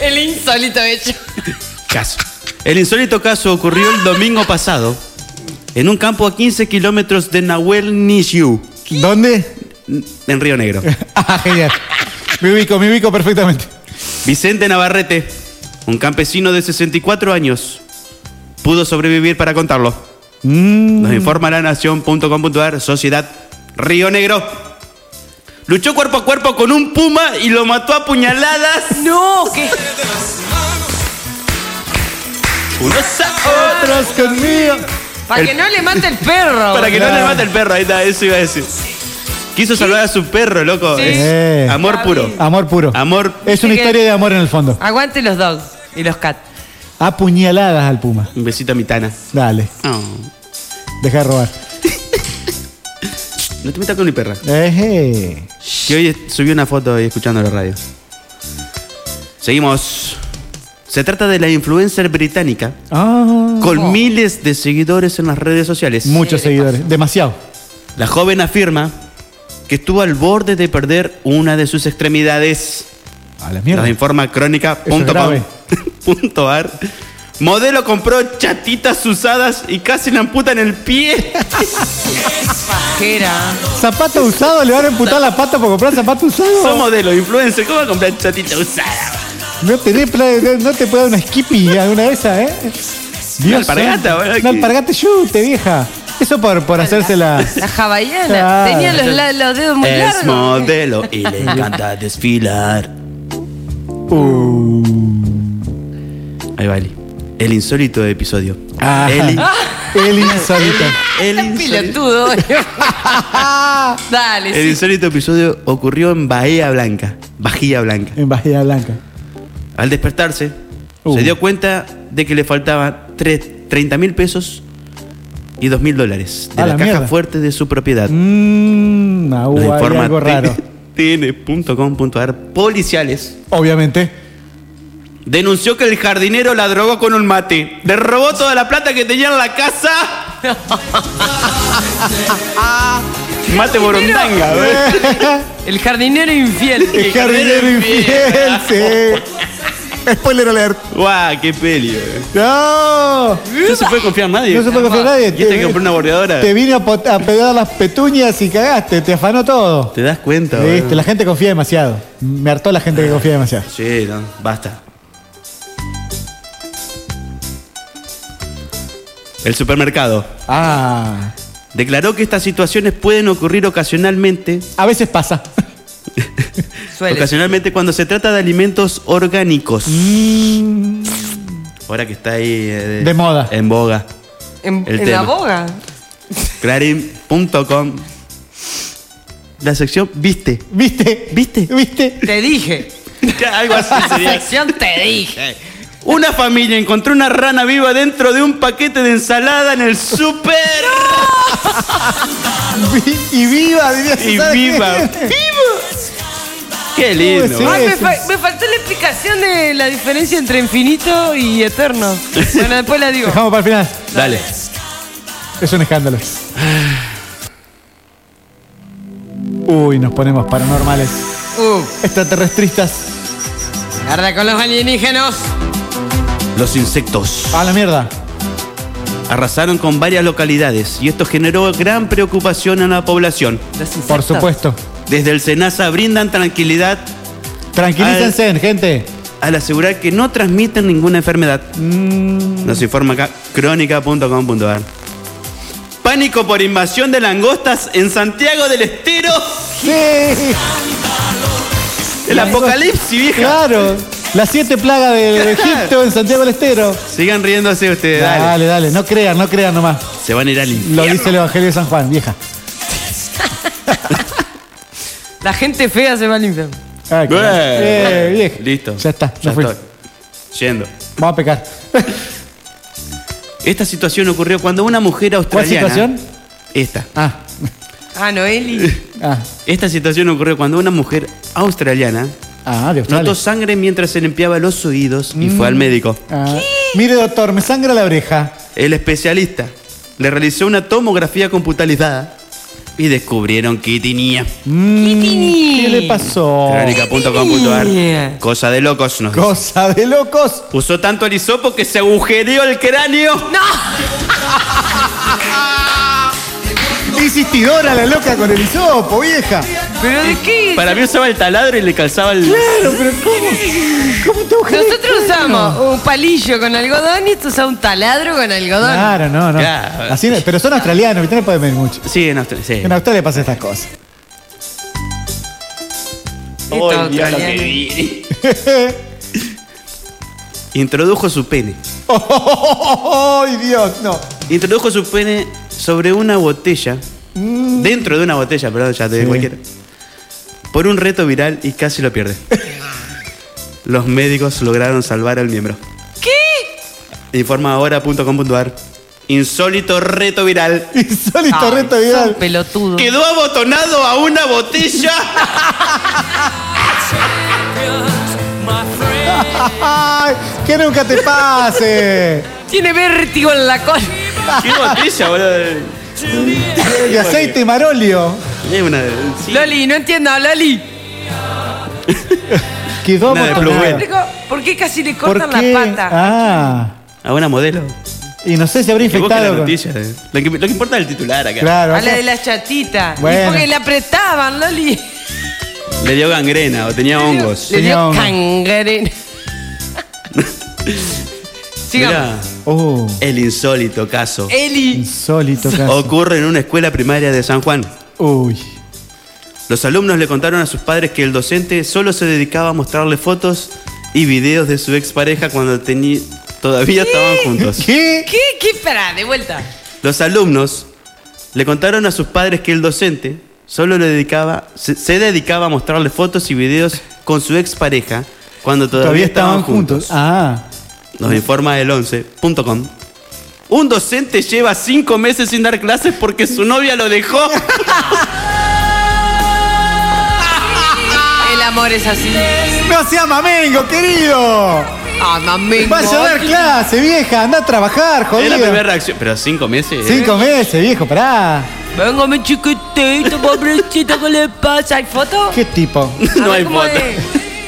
El insólito hecho.
Caso. El insólito caso ocurrió el domingo pasado en un campo a 15 kilómetros de Nahuel Nishiu,
¿Dónde?
en Río Negro.
Ah, genial. Me ubico, me ubico perfectamente.
Vicente Navarrete, un campesino de 64 años, pudo sobrevivir para contarlo.
Mm.
Nos informa la nación.com.ar, Sociedad Río Negro. Luchó cuerpo a cuerpo con un puma y lo mató a puñaladas.
No, ¿qué?
Unos a otros.
conmigo.
Para
El-
que no le mate el perro.
Para que no le mate el perro, ahí está, eso iba a decir. Quiso salvar a su perro, loco.
Sí.
Es
Eh.
amor puro.
Amor puro.
Amor.
Es una
Dice que-
historia de amor en el fondo.
Aguante los dogs y los cats.
Apuñaladas al Puma.
Un besito a mi tana.
Dale,
Oh,
deja de robar.
no te metas con mi perra.
Eje.
Que hoy es- subí una foto ahí escuchando la radio. Seguimos. Se trata de la influencer británica
Ah,
con miles de seguidores en las redes sociales.
muchos seguidores. Demasiado.
La joven afirma que estuvo al borde de perder una de sus extremidades.
A la
Nos
mierda.
informa
Eso es grave.
crónica.com.ar. Modelo compró chatitas usadas y casi le amputan el pie.
Pajera.
Zapato usado, le van a amputar la pata por comprar zapato usado.
Son modelo, influencer. ¿Cómo va a comprar chatita usada?
No, tenés pla- no- no te puede dar una skippy alguna de esas, ¿eh?
Una alpargata,
santo.
boludo,
Una
que-
alpargata chute, vieja. Eso por, por hacérsela.
La hawaiana.
Ah.
Tenía los, la- los dedos muy
Es
largos.
modelo y le encanta desfilar. Ahí va Eli. El insólito episodio.
Ah.
Eli.
El insólito.
El insólito,
Pilotudo. Dale,
el
sí.
insólito episodio ocurrió en Bahía Blanca. Bahía Blanca.
En Bahía Blanca.
Al despertarse,
Uh.
se dio cuenta de que le faltaban 30 mil pesos y 2 mil dólares de
A
la,
la
caja
mierda.
fuerte de su propiedad.
Mmm,
Nos
agua, hay
informa
algo raro.
tn.com.ar policiales.
Obviamente.
Denunció que el jardinero la drogó con un mate. Le robó toda la plata que tenía en la casa. mate ¿eh? borondanga, ¿ves?
El jardinero infiel.
El jardinero infiel, sí. Spoiler alert.
¡Guau, qué peli, eh.
No.
No se puede confiar en nadie.
No se puede confiar en nadie.
Y esta que compró una bordeadora.
Te vino a, pot- a pegar las petuñas y cagaste, te afanó todo.
¿Te das cuenta,
Viste,
boludo?
la gente confía demasiado. Me hartó la gente que confía demasiado.
Sí, no, basta. El supermercado
Ah.
declaró que estas situaciones pueden ocurrir ocasionalmente
A veces pasa.
Suele.
Ocasionalmente cuando se trata de alimentos orgánicos. Mm. Ahora que está ahí eh,
De moda.
En boga.
En,
El
en
tema.
la boga.
Clarín.com. La sección viste.
¿Viste?
¿Viste?
¿Viste?
Te dije.
Algo así
La
sería.
sección te dije.
Una familia encontró una rana viva dentro de un paquete de ensalada en el súper.
y viva, diría
Y
¿sabe
viva.
qué?
Qué lindo.
Ah, me, fa- me faltó la explicación de la diferencia entre infinito y eterno. Bueno, después la digo.
Dejamos para el final.
Dale.
Es un escándalo. Uy, nos ponemos paranormales. Extraterrestristas.
Arda Uh, con los alienígenos.
Los insectos
A la mierda.
arrasaron con varias localidades y esto generó gran preocupación en la población.
Por supuesto.
Desde el SENASA brindan tranquilidad
Tranquilícense, gente.
al asegurar que no transmiten ninguna enfermedad.
Mm.
Nos informa acá crónica.com.ar. Pánico por invasión de langostas en Santiago del Estero.
Sí.
El apocalipsis, vieja.
Claro. Las siete plagas de Egipto en Santiago del Estero.
Sigan riéndose ustedes,
Dale,
dale.
dale, No crean, no crean nomás.
Se van a ir al
Lo
infierno.
dice el Evangelio de San Juan, vieja.
La gente fea se va al infierno.
Ay, qué-
Eh,
eh, vieja.
Listo.
Ya está,
Ya
ya fui.
estoy. Yendo.
Vamos a pecar.
Esta situación ocurrió cuando una mujer
¿Cuál
australiana.
situación?
Esta.
Ah,
Ah, Noeli.
ah,
Esta situación ocurrió cuando una mujer australiana
ah, de Australia.
notó sangre mientras se limpiaba los oídos y fue al médico.
Ah. Mire, doctor, me sangra la oreja.
El especialista le realizó una tomografía computarizada y descubrieron que tenía.
Mm, ¿Qué le pasó?
Crónica.com.ar. Cosa de locos, nos dice.
Cosa de locos.
Usó tanto el hisopo que se agujereó el cráneo.
Insistidora la loca con el hisopo, vieja.
¿Pero de qué?
Eh, Para mí usaba el taladro y le calzaba el.
Claro, pero ¿cómo? ¿Cómo te agujereas el
Nosotros
cráneo?
usamos un palillo con algodón y esto usa un taladro con algodón.
Ah.
Claro, no, no.
Claro.
Así no- pero son australianos, ¿viste? No pueden venir mucho.
Sí, en Australia. Sí.
En Australia pasan estas cosas.
Hoy
Esto
mirá lo que
australiano.
vi. Introdujo su pene.
¡Ay, Dios! No.
Introdujo su pene sobre una botella. Dentro de una botella, perdón, ya te
Mm.
dije
Sí.
cualquiera. Por un reto viral y casi lo pierde. Los médicos lograron salvar al miembro. ¿Qué? Informa ahora.com.ar. Insólito reto viral.
Insólito
Ay,
reto
son
viral.
pelotudos.
Quedó abotonado a una botella.
Ay, ¡Que nunca te pase!
Tiene vértigo en la cola.
¿Qué botella, boludo?
De aceite marolio.
Es una. sí.
Loli, no entiendo, Loli.
Quedó
Una de
abotonada.
Plumero.
Explico, ¿Por qué casi le
¿Por
cortan
qué?
la pata?
Ah.
A una modelo.
Y no sé si habrá
Que busque la
infectado. con-
noticia, eh. Lo que, lo que importa es el titular acá.
Claro.
A la de la chatita. Y
Ah, Bueno.
porque le apretaban, Loli.
Le dio gangrena o tenía hongos.
Le dio
Señor.
cangrena. Sigamos.
Mirá,
Oh,
el insólito caso.
Eh, Eli.
insólito caso.
Ocurre en una escuela primaria de San Juan.
Uy.
Los alumnos le contaron a sus padres que el docente solo se dedicaba a mostrarle fotos y videos de su expareja cuando teni- todavía estaban juntos.
¿Qué?
¿Qué? ¿Qué? Espera, de vuelta.
Los alumnos le contaron a sus padres que el docente solo le dedicaba, se, se dedicaba a mostrarle fotos y videos con su expareja cuando todavía,
Todavía
estaban,
estaban juntos.
juntos.
Ah.
Nos informa el 11.com. Un docente lleva cinco meses sin dar clases porque su novia lo dejó.
El amor es así.
¡No sea mamengo, querido!
Ah, mami.
Vaya a dar clase, vieja. Anda a trabajar,
Es la primera
jodido.
reacción. Pero cinco meses. eh.
Cinco meses, viejo, pará.
Vengo, mi chiquitito, pobrecito, ¿qué le pasa? ¿Hay foto?
¿Qué tipo?
A
No
ver
hay
cómo
foto.
es.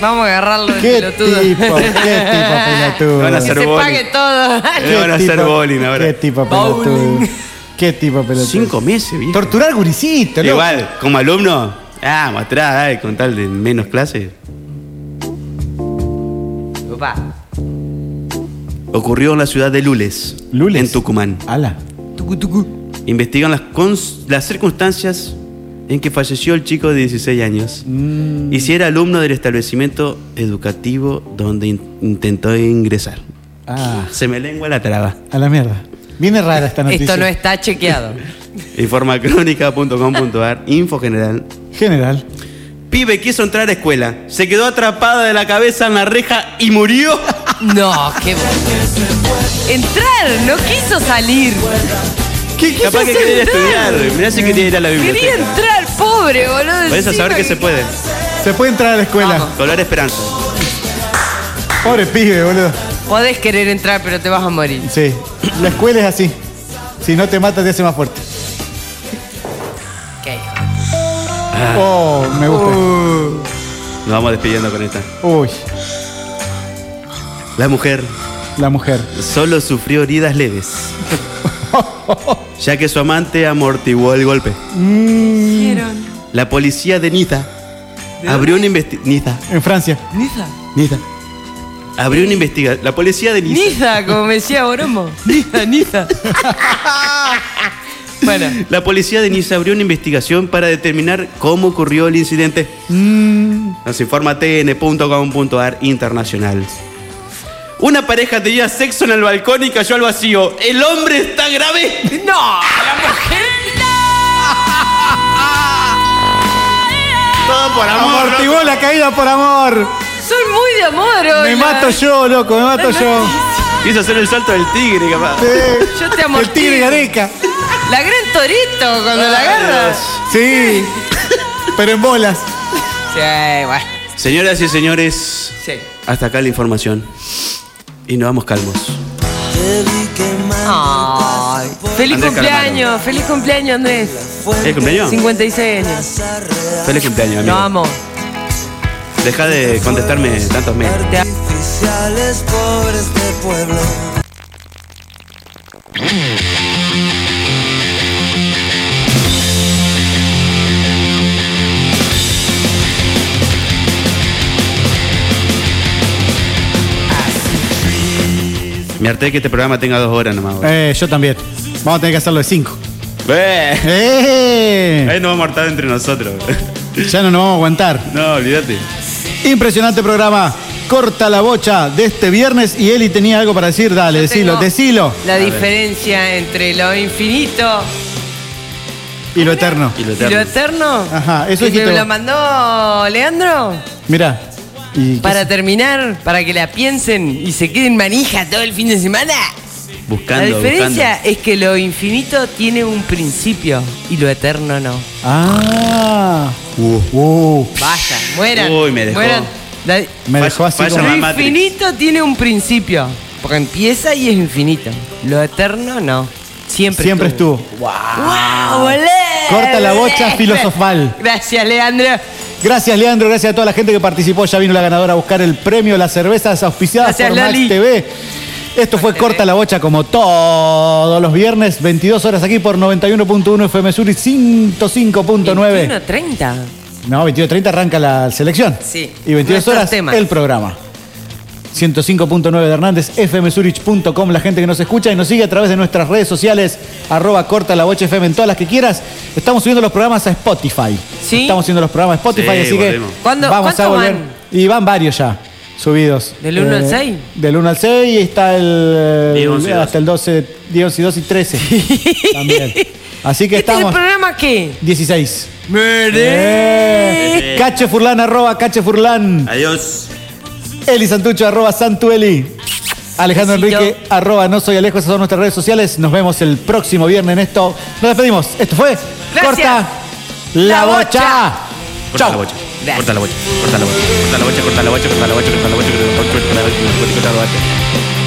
Vamos a agarrarlo de
¿Qué
pelotudo.
tipo? ¿Qué tipo
Van a
Que
pelotudo?
hacer
se
bowling.
pague todo.
Le van a
¿Qué
hacer
tipo-
bowling ahora.
¿Qué tipo pelotudo?
Bowling.
¿Qué tipo pelotudo?
Cinco meses, viejo.
Torturar guricito, loco.
Igual, como alumno. Ah, mostrá, dale, con tal de menos clases.
Opa.
Ocurrió en la ciudad de Lules.
Lules.
En Tucumán.
Ala.
Tucu, tucu.
Investigan las, cons- las circunstancias en que falleció el chico de 16 años.
Mm.
Y si era alumno del establecimiento educativo donde in- intentó ingresar.
Ah,
Se me lengua la traba.
a la mierda. Viene rara esta noticia.
Esto no está chequeado.
Informa crónica.com.ar, info general.
General.
Pibe quiso entrar a escuela, se quedó atrapado de la cabeza en la reja y murió.
No, qué bueno. Entrar, no quiso salir. ¿Qué quiso
Capaz que quería ir a estudiar. Mirá si quería ir a la
Quería
biblioteca.
entrar, pobre, boludo.
Podés a
encima
saber que se puede.
Se puede entrar a la escuela.
Color esperanza.
Pobre pibe, boludo.
Podés querer entrar, pero te vas a morir.
Sí. La escuela es así. Si no te mata, te hace más fuerte.
Ah.
Oh, me gusta.
Nos vamos despidiendo con esta.
Uy,
La mujer
la mujer.
solo sufrió heridas leves. ya que su amante amortiguó el golpe. La policía de Niza abrió una investigación.
En Francia.
Niza.
Niza.
Abrió una investigación. La policía de Niza.
Niza, como me decía Boromo. Niza, Niza. Bueno.
La policía de Niza abrió una investigación para determinar cómo ocurrió el incidente. Nos informa tn.com.ar internacional. Una pareja tenía sexo en el balcón y cayó al vacío. ¡El hombre está grave!
¡No! ¡La mujer
Todo por amor.
Amortiguó la caída por amor.
Soy muy de amor hoy.
Me
la-
mato yo, loco, me mato yo.
Quiso hacer el salto del tigre, capaz.
Sí.
Yo te
El
amortigo.
tigre Gareca.
La gran torito cuando la agarras.
Sí. Pero en bolas.
Sí, bueno.
Señoras y señores,
Sí.
hasta acá la información. Y nos vamos calmos.
Ay. Feliz
Andrés
cumpleaños, feliz cumpleaños, Andrés.
¿Feliz cumpleaños?
56 años.
Feliz cumpleaños, amigo.
Lo amo.
Deja de contestarme tantos mails.
Te amo.
Oficiales pobres de pueblo.
Me harté que este programa tenga dos horas nomás. güey.
Eh, yo también. Vamos a tener que hacerlo de cinco.
Eh.
Eh.
Ahí nos vamos a hartar entre nosotros. güey.
Ya no nos vamos a aguantar.
No, olvídate.
Impresionante programa. Corta la bocha de este viernes y Eli tenía algo para decir. Dale, decilo,
Tengo
Oh,
decilo.
La diferencia entre lo infinito
Y lo eterno.
Y lo
y lo eterno.
Ajá, eso
que
dijiste
me lo
vos.
mandó Leandro.
Mirá. ¿Y qué
Para terminar, para que la piensen y se queden manija todo el fin de semana.
Buscando,
la diferencia es que lo infinito tiene un principio y lo eterno no.
Ah. Uh.
Vaya, mueran.
Uy, me dejó.
mueran. La-
Me dejó así
Falla
como-
la
lo
Matrix.
infinito tiene un principio. Porque empieza y es infinito. Lo eterno no. Siempre,
Siempre estuvo.
¡Wow, boludo!
Corta la bocha filosofal.
Gracias, Leandro.
Gracias, Leandro. Gracias a toda la gente que participó. Ya vino la ganadora a buscar el premio Las cervezas auspiciadas
Gracias,
por Max
Lali.
TV. Esto fue Corta la Bocha como todos los viernes, 22 horas aquí por 91.1 FM Sur y 105.9.
30.
No, 22.30 arranca la selección.
Sí.
Y 22
Nuestros
horas
temas.
el programa. 105.9 de Hernández, fmsurich.com, la gente que nos escucha y nos sigue a través de nuestras redes sociales, arroba corta la bocha FM en todas las que quieras. Estamos subiendo los programas a Spotify.
Sí.
Estamos subiendo los programas a Spotify,
Sí,
así
volvemos.
que
¿Cuándo-
vamos a
cuánto
volver.
van?
Y van varios ya, subidos. Eh,
¿Del uno al seis?
Del 1 al 6 y está el, eh,
Diez, once y doce.
hasta el 12, 10, 11 y 12 y 13. También. Así que
¿Este es el
estamos...
programa qué?
16. Eh, Cache Furlan, arroba Cache Furlan.
Adiós.
Eli Santucho, arroba Santueli. Alejandro
Besito.
Enrique, arroba No Soy Alejo. Esas son nuestras redes sociales. Nos vemos el próximo viernes en esto. Nos despedimos. Esto fue Corta la,
La
bocha.
Bocha.
Corta la bocha. Corta la bocha. Corta la bocha. Corta la bocha. Corta la bocha. Corta la bocha. Corta la bocha. Corta la bocha. Corta la bocha. Corta la bocha. Corta la bocha.